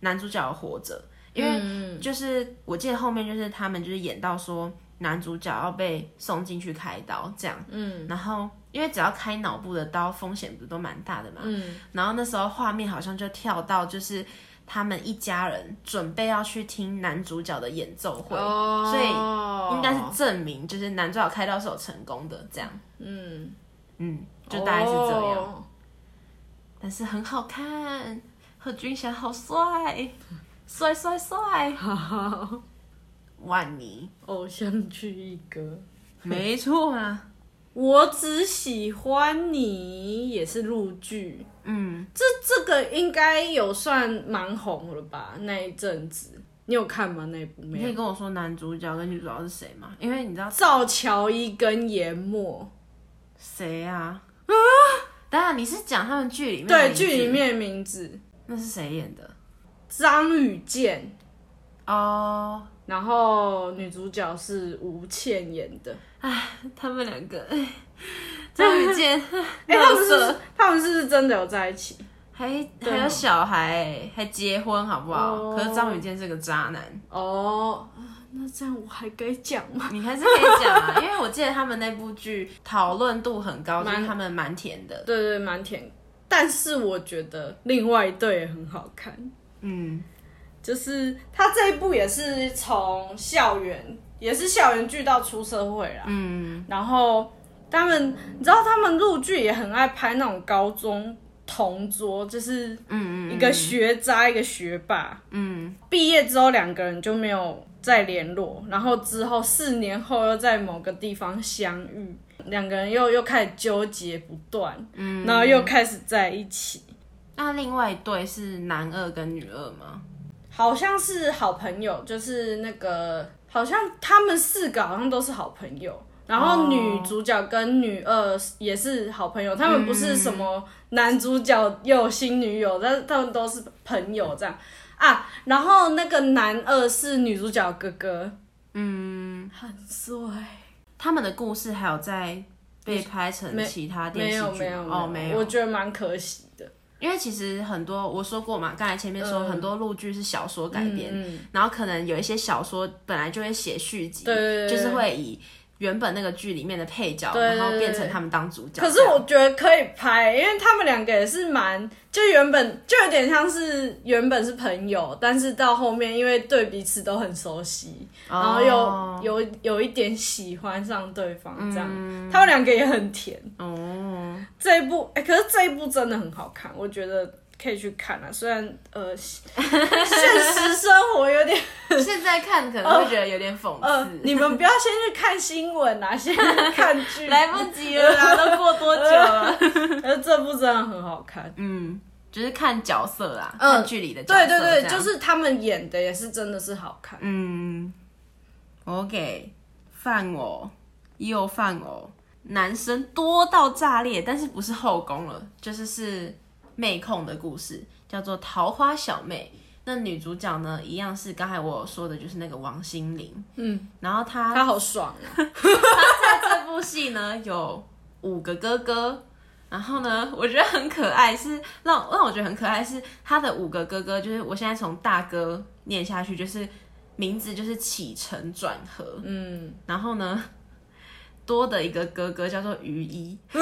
男主角活着，因
嗯
为就是我记得后面就是他们就是演到说男主角要被送进去开刀这样，
嗯
然后因为只要开脑部的刀风险不是都蛮大的嘛，
嗯
然后那时候画面好像就跳到就是。他们一家人准备要去听男主角的演奏会，
哦，
所以应该是证明就是男主角开刀是有成功的这样。
嗯，
嗯，就大概是这样。
哦
但是很好看，贺军翔好帅，帅 帅帅，
好，
万妮，
偶像剧一哥。
没错啊，
我只喜欢你，也是陆剧，
嗯，
这个应该有算蛮红了吧？那一阵子，你有看吗？那一部
你
没
可
有
以？跟我说男主角跟女主角是谁吗？因为你知道
赵乔伊跟严默，
谁啊？当然你是讲他们剧里面的
对，
名字
剧里面的名字
那是谁演的？
张雨健，
哦，
然后女主角是吴倩演的。
他们两个， 哎，张雨健，
哎、他们是不
垃圾
是他们是不是真的有在一起？
还还有小孩，还结婚好不好？
哦
可是张雨健是个渣男。
哦，啊那这样我还该讲吗？
你还是可以讲 啊，因为我记得他们那部剧讨论度很高，就是他们蛮甜的。
对对，蛮甜。但是我觉得另外一对也很好看，
嗯，
就是他这一部也是从校园，也是校园剧到出社会啦。
嗯，
然后他们，你知道他们陆剧也很爱拍那种高中同桌，就是嗯一个学渣一个学霸，嗯，毕业之后两个人就没有再联络，然后之后四年后又在某个地方相遇，两个人又又开始纠结不断，嗯，然后又开始在一起。
那另外一对是男二跟女二吗？
好像是好朋友，就是那个好像他们四个好像都是好朋友，然后女主角跟女二也是好朋友，他们不是什么男主角又有新女友，但是他们都是朋友这样啊。然后那个男二是女主角哥哥，嗯，很帅，
他们的故事还有在被拍成其他电
没
视
有
剧吗
没有
哦，没有
我，觉得蛮可惜的。
因为其实很多我说过嘛，刚才前面说
嗯
很多陆剧是小说改编，
嗯
然后可能有一些小说本来就会写续集，
对对对
就是会以原本那个剧里面的配角，
对对对
然后变成他们当主角。
可是
这样
我觉得可以拍，因为他们两个也是蛮，就原本就有点像是原本是朋友，但是到后面因为对彼此都很熟悉，然后又、
哦
有有一点喜欢上对方这样，他们两个也很甜。
嗯哦，
这一部，哎、可是这一部真的很好看，我觉得可以去看啊。虽然呃， 现现实生活有点，
现在看可
哦
能会觉得有点讽
呃
刺，，
你们不要先去看新闻啊，先去看剧。
来不 及了啦，都过多久了？
呃，这部真的很好看。
嗯，就是看角色啦，
嗯
看剧里的角色
对
这
对
样，
对，就是他们演的也是真的是好看。
嗯，我给饭偶，也有饭偶，男生多到炸裂，但是不是后宫了，就是是妹控的故事，叫做《桃花小妹》。那女主角呢，一样是刚才我有说的，就是那个王心凌。嗯，然后她
他好爽啊！
在这部戏呢有五个哥哥，然后呢，我觉得很可爱，是让让我觉得很可爱是他的五个哥哥，就是我现在从大哥念下去，就是名字就是起承转合，
嗯，
然后呢，多的一个哥哥叫做于一，超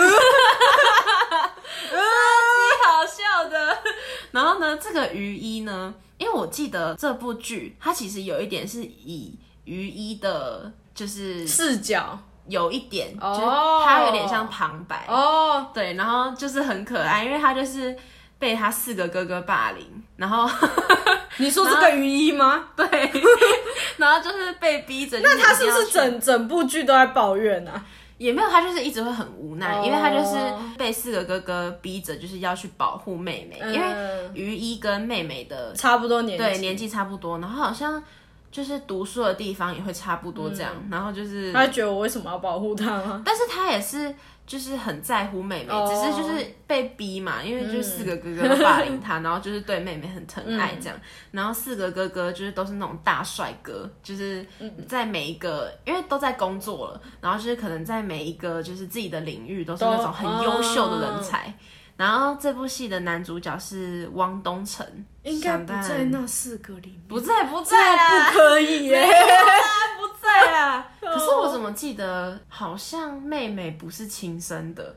级好笑的。然后呢，这个于一呢，因为我记得这部剧它其实有一点是以于一的，就是
视角
有一点，
哦
就是他有点像旁白，
哦，
对，然后就是很可爱，因为他就是被他四个哥哥霸凌，然后
你说这个雨衣吗？
对，然后就是被逼着，
那他是不
就是一定要去
整整部剧都在抱怨啊？
也没有，他就是一直会很无奈，
哦
因为他就是被四个哥哥逼着，就是要去保护妹妹，因为
嗯
于一跟妹妹的
差不多年纪
对年纪差不多，然后好像就是读书的地方也会差不多这
嗯
样，然后就是，
他觉得我为什么要保护他吗？
但是他也是就是很在乎妹妹，
哦
只是就是被逼嘛，因为就是四个哥哥霸凌他，然后就是对妹妹很疼爱
嗯
这样，然后四个哥哥就是都是那种大帅哥，就是在每一个因为都在工作了，然后就是可能在每一个就是自己的领域都是那种很优秀的人才。
哦
然后这部戏的男主角是汪东城，
应该不
想当
在那四个里面，
不在不
这
在啊啦，
不啊可以耶！
不在啦。啊可是我怎么记得好像妹妹不是亲生的，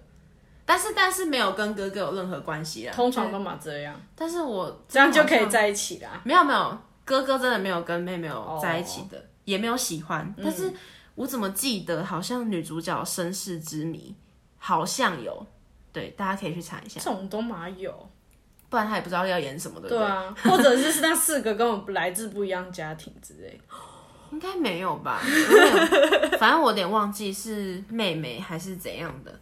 但是但是没有跟哥哥有任何关系啊。
通常都嘛这样，
但是我
这样就可
好
以
像
在一起啦。
没有没有，哥哥真的没有跟妹妹有在一起的，也没有喜欢。但是我怎么记得好像女主角身世之谜好像有，对，大家可以去查一下
这，种都嘛有，
不然她也不知道要演什么，对不
对
对？
啊，或者是那四个根本来自不一样家庭之类的。
应该没有吧？我有反正我有点忘记是妹妹还是怎样的。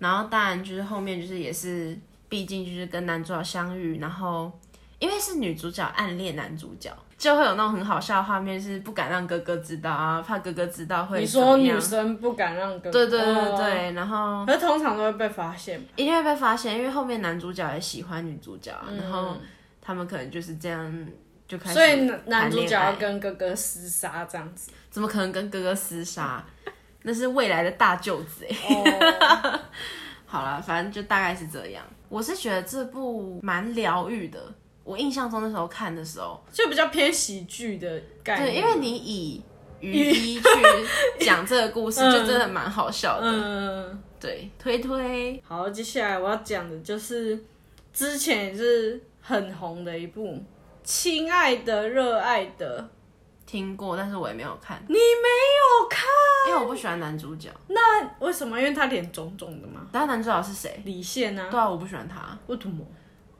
然后当然就是后面就是也是，毕竟就是跟男主角相遇，然后因为是女主角暗恋男主角，就会有那种很好笑的画面，是不敢让哥哥知道啊，怕哥哥知道会
你
怎么
说
样
女生不敢让哥哥，
对对对
哦，
对，然后
可是通常都会被发现嘛。
一定会被发现，因为后面男主角也喜欢女主角啊，然后他们可能就是这样就开
嗯
始
所以
谈恋
男
爱，
男主角要跟哥哥厮杀这 样子。
怎么可能跟哥哥厮杀？ 那是未来的大舅子哎。
哦，
好了，反正就大概是这样。我是觉得这部蛮疗愈的。我印象中那时候看的时候，
就比较偏喜剧的概
对，
念。
因为你以于一去讲这个故事，就真的蛮好笑的。
嗯，
对，推推
好，接下来我要讲的就是之前也是很红的一部《亲爱的热爱的》，
听过，但是我也没有看，
你没有看？
因为我不喜欢男主角。
那为什么？因为他脸肿肿的嘛。
但是男主角是谁？
李现啊，
对啊，我不喜欢他。
为什么？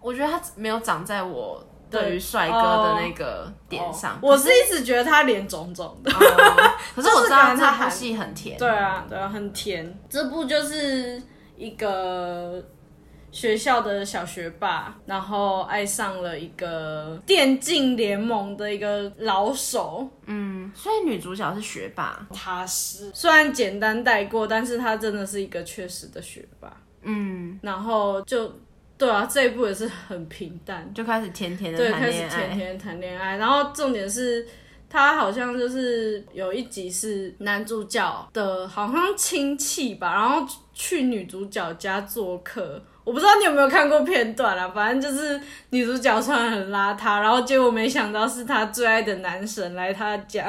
我觉得他没有长在我
对
对于帅哥的那个点上
哦。我是一直觉得他脸肿肿的。
哦可是我知道
就是感觉他
这部
韩
戏很甜。
对啊，对啊，很甜。这部就是一个学校的小学霸，然后爱上了一个电竞联盟的一个老手，
所以女主角是学霸，
他是虽然简单带过，但是他真的是一个确实的学霸。
嗯，
然后就对啊，这一部也是很平淡，
就开始甜甜的
对，
谈
开始
恋
天
爱。
天谈恋爱，然后重点是。他好像就是有一集是男主角的，好像亲戚吧，然后去女主角家做客。我不知道你有没有看过片段啦、反正就是女主角穿得很邋遢，然后结果没想到是她最爱的男神来她 家，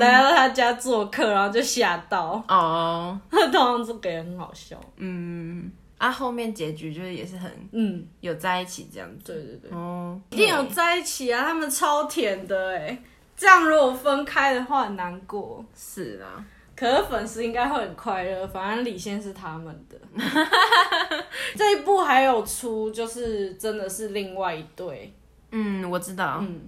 来到她家做客，然后就吓到。
哦，
通常这个也很好笑。
嗯，啊，后面结局就是也是很
嗯，
有在一起这样子。
对对对。
哦，
一定有在一起啊，他们超甜的哎、这样如果分开的话很难过，
是啦，
可是粉丝应该会很快乐，反正李现是他们 的。这一部还有出，就是真的是另外一对，
嗯，我知道，
嗯，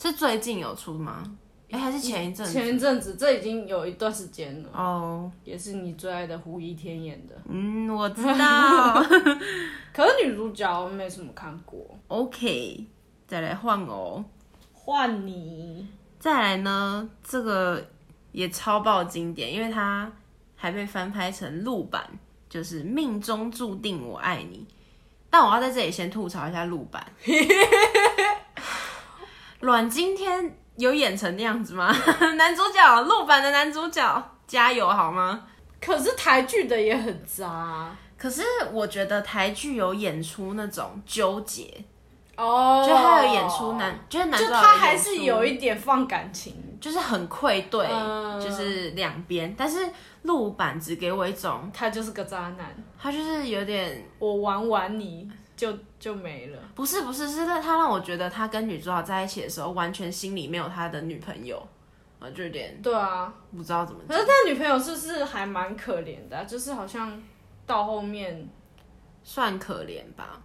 是最近有出吗？哎、还是前一阵子？
前一阵子这已经有一段时间了，
哦，
也是你最爱的胡一天演的，
嗯，我知 道。
可是女主角我没什么看过，
OK，再来换哦。
换你，
再来呢，这个也超爆经典，因为它还被翻拍成陆版，就是《命中注定我爱你》。但我要在这里先吐槽一下陆版， 阮经天有演成那样子吗？ 男主角，陆版的男主角，加油好吗？
可是台剧的也很渣啊
可是我觉得台剧有演出那种纠结，
哦，
就他有演出男，，就是男主
就
角
他
演
还是
出
有一点放感情。
就是很愧对，
嗯
就是两边。但是陆版只给我一种，
他就是个渣男，
他就是有点
我玩完你就就没了。
不是不是，是他让我觉得他跟女主角在一起的时候，完全心里没有他的女朋友，啊，就有点
对啊，
不知道怎么
可
讲
是。他女朋友是不是还蛮可怜的啊、就是好像到后面，
算可怜吧。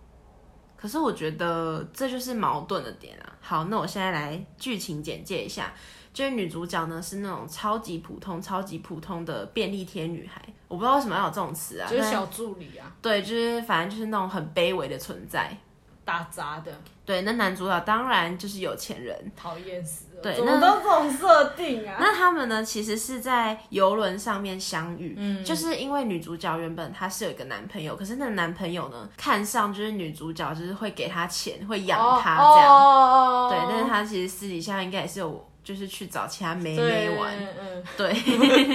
可是我觉得这就是矛盾的点啊。好，那我现在来剧情简介一下，就是女主角呢是那种超级普通、超级普通的便利贴女孩，我不知道为什么要有这种词啊。
就是
但
小助理啊，
对，就是反正就是那种很卑微的存在。
打杂的，
对，那男主角当然就是有钱人。
讨厌死了。
对
怎么
那
都这种设定啊？
那他们呢，其实是在游轮上面相遇，嗯，就是因为女主角原本她是有一个男朋友，可是那个男朋友呢，看上就是女主角，就是会给她钱，会养她这样，
哦、
对，但是
是
她其实私底下应该也是有，就是去找其他妹妹
没
玩，
嗯，
对。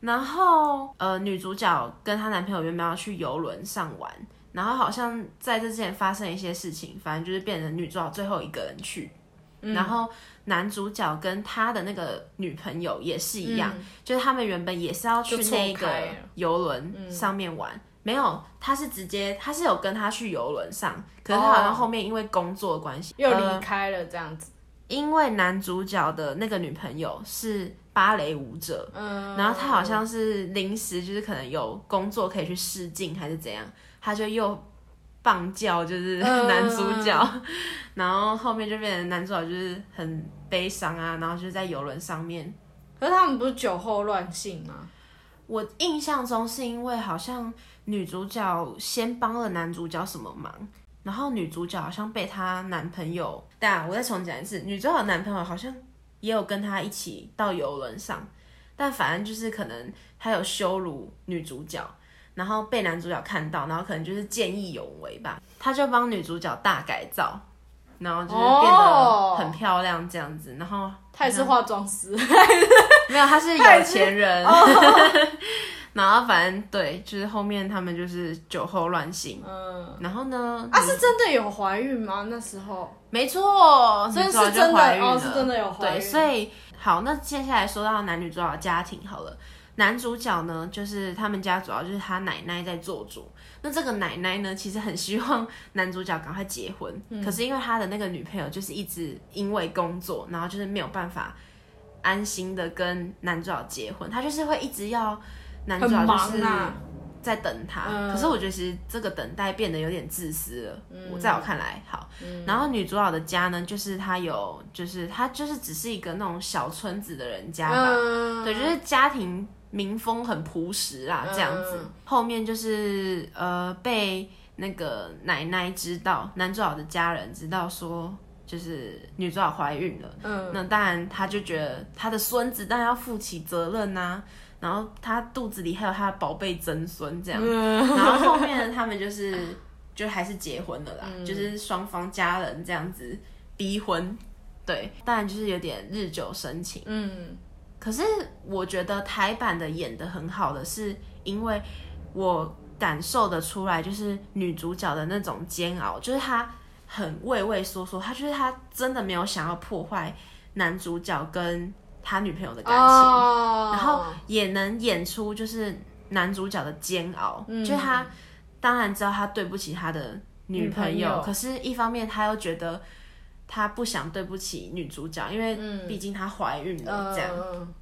然后呃，女主角跟她男朋友原本要去游轮上玩，然后好像在这之前发生一些事情，反正就是变成女主角最后一个人去。
嗯
然后男主角跟他的那个女朋友也是一样，就是他们原本也是要去
嗯就错
那个
开了嗯
游轮上面玩，没有，他是直接他是有跟他去游轮上，可是他好像
哦
后面因为工作的关系
又
呃
离开了这样子。
因为男主角的那个女朋友是芭蕾舞者，
嗯，
然后他好像是临时就是可能有工作可以去试镜还是怎样，他就又棒叫就是
嗯
男主角，然后后面就变成男主角就是很悲伤啊，然后就在游轮上面。
可是他们不是酒后乱性吗？
我印象中是因为好像女主角先帮了男主角什么忙，然后女主角好像被她男朋友，对啊，我再重讲一次，女主角的男朋友好像也有跟她一起到游轮上，但反正就是可能他有羞辱女主角，然后被男主角看到，然后可能就是见义勇为吧，他就帮女主角大改造，然后就是变得
哦
很漂亮这样子，然后
他也是化妆 师，
没有，他是有钱人。 然后反正对，就是后面他们就是酒后乱性。
嗯，
然后呢？
啊，是真的有怀孕吗？那时候？
没错，
所以
女主角
是
就
真的
怀孕
哦
了
是真的有怀
对，
孕
所以好，那接下来说到男女主角的家庭好了。男主角呢，就是他们家主要就是他奶奶在做主。那这个奶奶呢，其实很希望男主角赶快结婚，
嗯
可是因为他的那个女朋友就是一直因为工作，然后就是没有办法安心的跟男主角结婚，他就是会一直要男主
很
角就
忙
是
啊，
在等他。
嗯
可是我觉得其实这个等待变得有点自私了。
嗯
我在我看来，好。然后女主角的家呢，就是她有，就是她就是只是一个那种小村子的人家吧，
嗯，
对，就是家啊庭民风很朴实啦，这样子。
嗯
后面就是呃被。那个奶奶知道，男主角的家人知道说，就是女主角怀孕了，嗯，那当然他就觉得他的孙子当然要负起责任呐、然后他肚子里还有他的宝贝曾孙这样，
嗯
然后后面呢，他们就是就还是结婚了啦，
嗯
就是双方家人这样子逼婚，对，当然就是有点日久生情。
嗯，
可是我觉得台版的演的很好的，是因为我感受得出来，就是女主角的那种煎熬，就是她很畏畏缩缩，她就是她真的没有想要破坏男主角跟他女朋友的感情，
哦，
然后也能演出就是男主角的煎熬，
嗯
就是他当然知道他对不起他的女朋友，
女朋友
可是一方面他又觉得他不想对不起女主角，因为毕竟她怀孕了呃这样。
嗯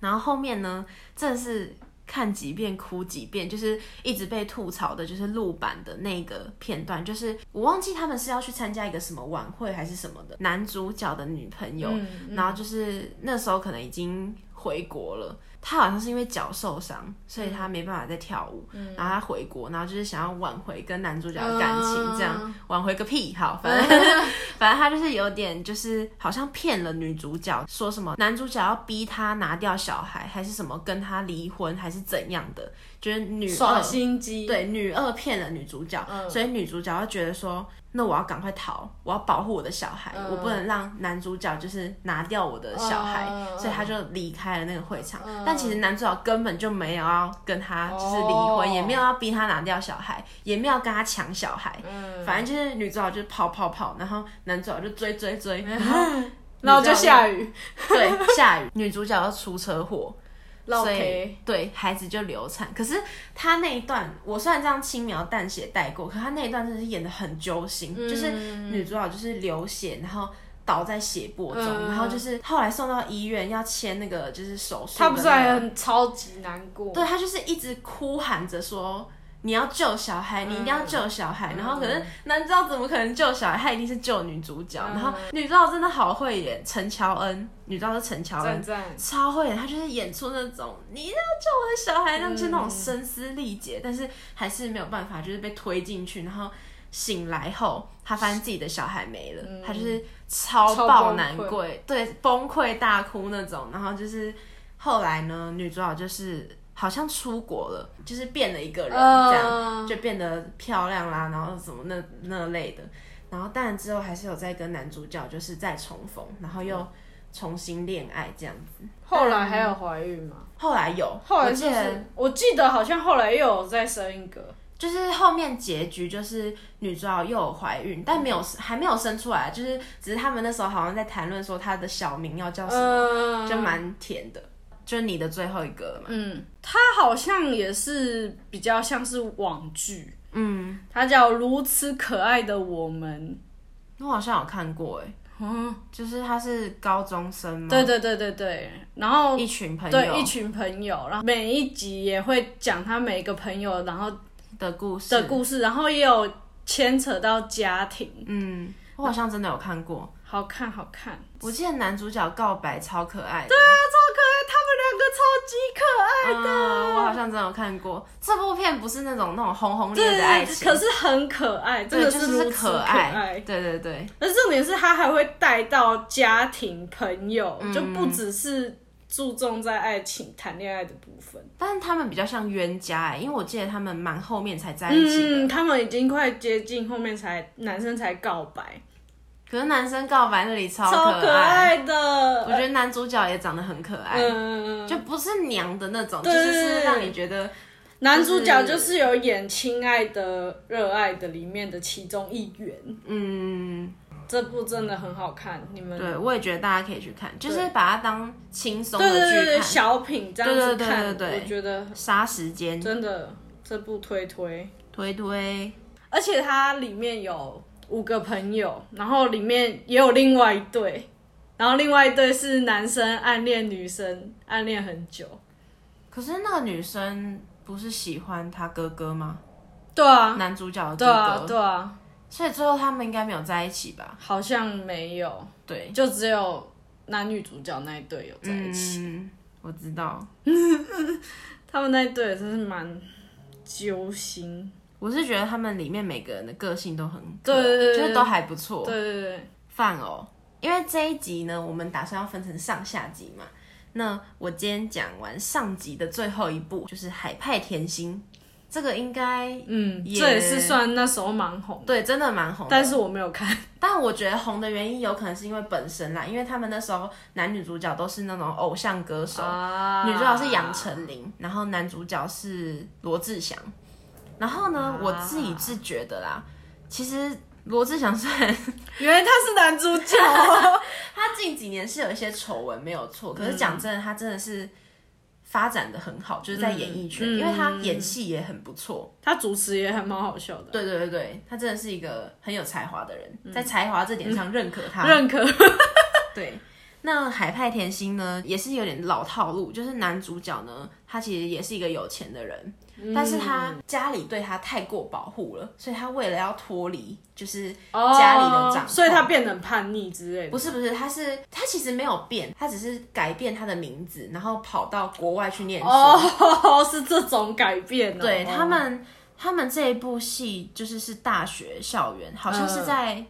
然后后面呢，真的是看几遍哭几遍，就是一直被吐槽的，就是陆版的那个片段，就是我忘记他们是要去参加一个什么晚会还是什么的，男主角的女朋友，然后就是那时候可能已经回国了。他好像是因为脚受伤，所以他没办法再跳舞。然后他回国，然后就是想要挽回跟男主角的感情，这样、
嗯
挽回个屁！好，反正反正他就是有点，就是好像骗了女主角，说什么男主角要逼她拿掉小孩，还是什么跟她离婚，还是怎样的，就是女
耍
二
心机，
对女二骗了女主角，
嗯
所以女主角就觉得说，那我要赶快逃，我要保护我的小
嗯
孩，我不能让男主角就是拿掉我的小孩，
嗯
所以他就离开了那个会场。但其实男主角根本就没有要跟他就是离婚，
哦
也没有要逼他拿掉小孩，也没有要跟他抢小孩，
嗯
反正就是女主角就跑跑跑，然后男主角就追追追，然
嗯
后
然后就下雨，
对下雨，女主角要出 车祸，
老
所以
K，
对孩子就流产。可是他那一段，我虽然这样轻描淡写带过，可他那一段真的是演的很揪心，
嗯
就是女主角就是流血，然后。倒在血泊中，
嗯
然后就是后来送到医院要签那个就是手术
他
的那个，
不是还很超级难过，
对他就是一直哭喊着说。你要救小孩，你一定要救小孩。然后可是男主角怎么可能救小孩？他一定是救女主角。然后女主角真的好会演，陈乔恩，女主角是陈乔
赞
恩，
赞，
超会演。她就是演出那种你一定要救我的小孩，那就是那种声嘶力
嗯
竭，但是还是没有办法，就是被推进去。然后醒来后，她发现自己的小孩没了，她就是超
嗯超
爆
崩
难
溃
过，对，崩溃大哭那种。然后就是后来呢，女主角就是好像出国了，就是变了一个人，这样、
嗯
就变得漂亮啦，然后什么那那类的。然后当然之后还是有再跟男主角就是再重逢，然后
嗯
又重新恋爱这样子。
后来还有怀孕吗？
后来有，
嗯后
我
来
记
就
得
是，我记得好像后来又有再生一个，
就是后面结局就是女主角又有怀孕，但没有还没有生出来，啊就是只是他们那时候好像在谈论说她的小名要叫什么，
嗯，
就蛮甜的，就是你的最后一个嘛。
嗯，它好像也是比较像是网剧，
嗯，
它叫《如此可爱的我们
我好像有看过哎、》。
嗯，
就是他是高中生嘛，
对对对对对，然后
一群朋友
对一群朋友，然后每一集也会讲他每一个朋友，然后
的故事
的故事，然后也有牵扯到家庭，
嗯，我好像真的有看过。
好看好看，
我记得男主角告白超可爱的，
他们两个超级可爱的。
嗯我好像真的有看过。这部片不是那种那种轰轰烈烈
对
的爱情，
可是很可爱，真
对，
的
就是
如
是
此可
爱，对对对，
而重点是他还会带到家庭、朋友，
嗯
就不只是注重在爱情、谈恋爱的部分。
但是他们比较像冤家哎、因为我记得他们蛮后面才在一起的。
嗯，他们已经快接近后面才男生才告白，
可是男生告白那里超
超
可
可爱的。
我觉得男主角也长得很可爱，
嗯，
就不是娘的那种，就
对
是是让你觉得
男主角就是有演《亲爱的热爱的》里面的其中一员，
嗯，
这部真的很好看，你们
对，我也觉得大家可以去看，就是把它当轻松的
对对对
剧
对
看，
小品这样子
对对对
看，
对对对
我觉得
杀时间，
真的这部推推。
推推，
而且它里面有五个朋友，然后里面也有另外一对，然后另外一对是男生暗恋女生，暗恋很久。
可是那个女生不是喜欢他哥哥吗？
对啊，
男主角的
对
哥
啊
哥，，
对啊，
所以最后他们应该没有在一起吧？
好像没有，
对，
就只有男女主角那一对有在一起。
嗯，我知道。
他们那一对也真是蛮揪心。
我是觉得他们里面每个人的个性都很
对对对对
就是都还不错。
对对对，
饭哦，因为这一集呢，我们打算要分成上下集嘛。那我今天讲完上集的最后一部，就是海派甜心，这个应该
嗯，
也
这也是算那时候蛮红，
对真的蛮红的。
但是我没有看，
但我觉得红的原因有可能是因为本身啦，因为他们那时候男女主角都是那种偶像歌手，
啊
女主角是杨丞琳，然后男主角是罗志祥。然
啊
后呢，我自己是觉得啦，其实罗志祥虽然
原来他是男主角，
他近几年是有一些丑闻没有错，
嗯
可是讲真的，他真的是发展的很好，就是在演艺圈，
嗯嗯
因为他演戏也很不错。
他主持也还蛮好笑的，
对对对对，他真的是一个很有才华的人，在才华这点上认可他。
嗯认可，
对，那海派甜心呢，也是有点老套路，就是男主角呢，他其实也是一个有钱的人，
嗯
但是他家里对他太过保护了，所以他为了要脱离，就是家里的掌控，
哦所以他变得很叛逆之类的，
不是不是，他是他其实没有变，他只是改变他的名字，然后跑到国外去念书。
哦， 是这种改变、哦，
对他们，他们这一部戏就是是大学校园，好像
嗯
是在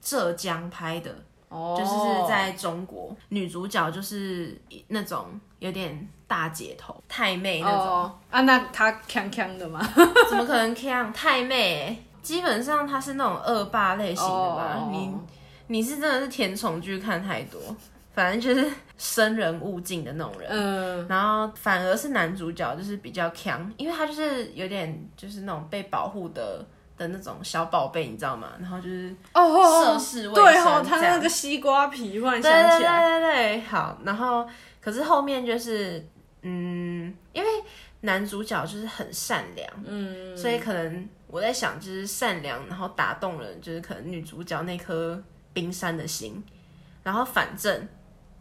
浙江拍的，
哦，
就是是在中国。女主角就是那种有点大姐头太妹那种，
哦啊，那他康康的吗？
怎么可能这样？太妹欸、基本上她是那种恶霸类型的吧？
哦
你你是真的是甜宠剧看太多，反正就是生人勿近的那种人。
嗯，
然后反而是男主角就是比较强，因为他就是有点就是那种被保护的的那种小宝贝，你知道吗？然后就是
哦
涉
哦，
世未深
对哦，他
这样
那个西瓜皮，忽然
对
想
对
起
对
来，
对对，好。然后可是后面就是嗯，因为男主角就是很善良，
嗯，
所以可能我在想，就是善良，然后打动了，就是可能女主角那颗冰山的心。然后反正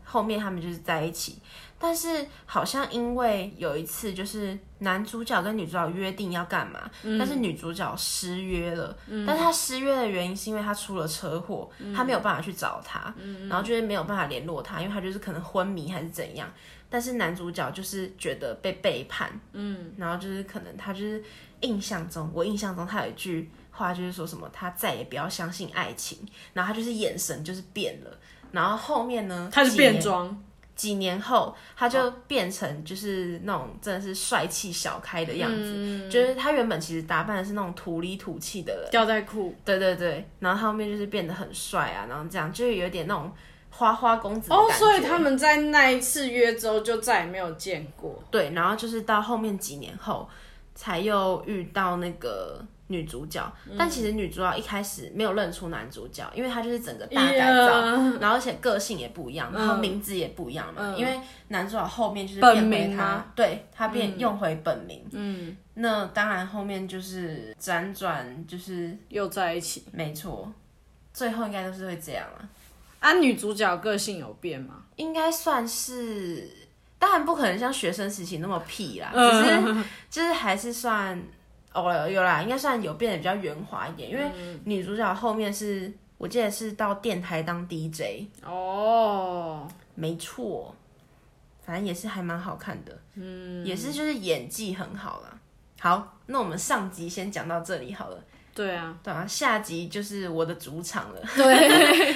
后面他们就是在一起，但是好像因为有一次，就是男主角跟女主角约定要干嘛，
嗯
但是女主角失约了。但是她失约的原因是因为她出了车祸，
嗯
她没有办法去找他，然后就是没有办法联络他，因为他就是可能昏迷还是怎样。但是男主角就是觉得被背叛，嗯，然后就是可能他就是印象中，我印象中他有一句话就是说什么，他再也不要相信爱情，然后他就是眼神就是变了，然后后面呢，
他是
几年
变装，
几年后，他就
哦
变成就是那种真的是帅气小开的样子，
嗯
就是他原本其实打扮的是那种土里土气的人，
吊带裤，
对对对，然后他后面就是变得很帅啊，然后这样就是有点那种花花公子的
哦，
感觉
所以他们在那一次约之后就再也没有见过，
对，然后就是到后面几年后才又遇到那个女主角，
嗯
但其实女主角一开始没有认出男主角，因为他就是整个大改造
Yeah 嗯
然后而且个性也不一样，然后名字也不一样嘛，因为男主角后面就是
本
变回
名
他
吗，
对他变、用回本名，
嗯，
那当然后面就是辗转，就是
又在一起。
没错，最后应该都是会这样啊。
啊，女主角个性有变吗？
应该算是，当然不可能像学生时期那么屁啦，只
嗯
是就是还是算哦有啦，应该算有变得比较圆滑一点，因为女主角后面是我记得是到电台当 DJ，
哦，
没错，反正也是还蛮好看的，嗯，也是就是演技很好啦。好，那我们上集先讲到这里好了，
对啊，
对啊，下集就是我的主场了。
对，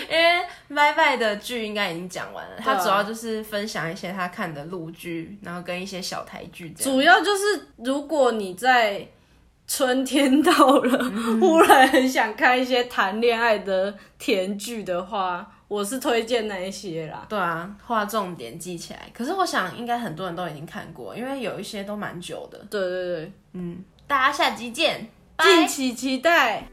因为拜拜的剧应该已经讲完了，他
对啊
主要就是分享一些他看的陆剧，然后跟一些小台剧这样。
主要就是如果你在春天到了，忽然很想看一些谈恋爱的甜剧的话，我是推荐那一些啦。
对啊，划重点记起来。可是我想应该很多人都已经看过，因为有一些都蛮久的。
对对对，
大家下集见，拜。
敬请期待。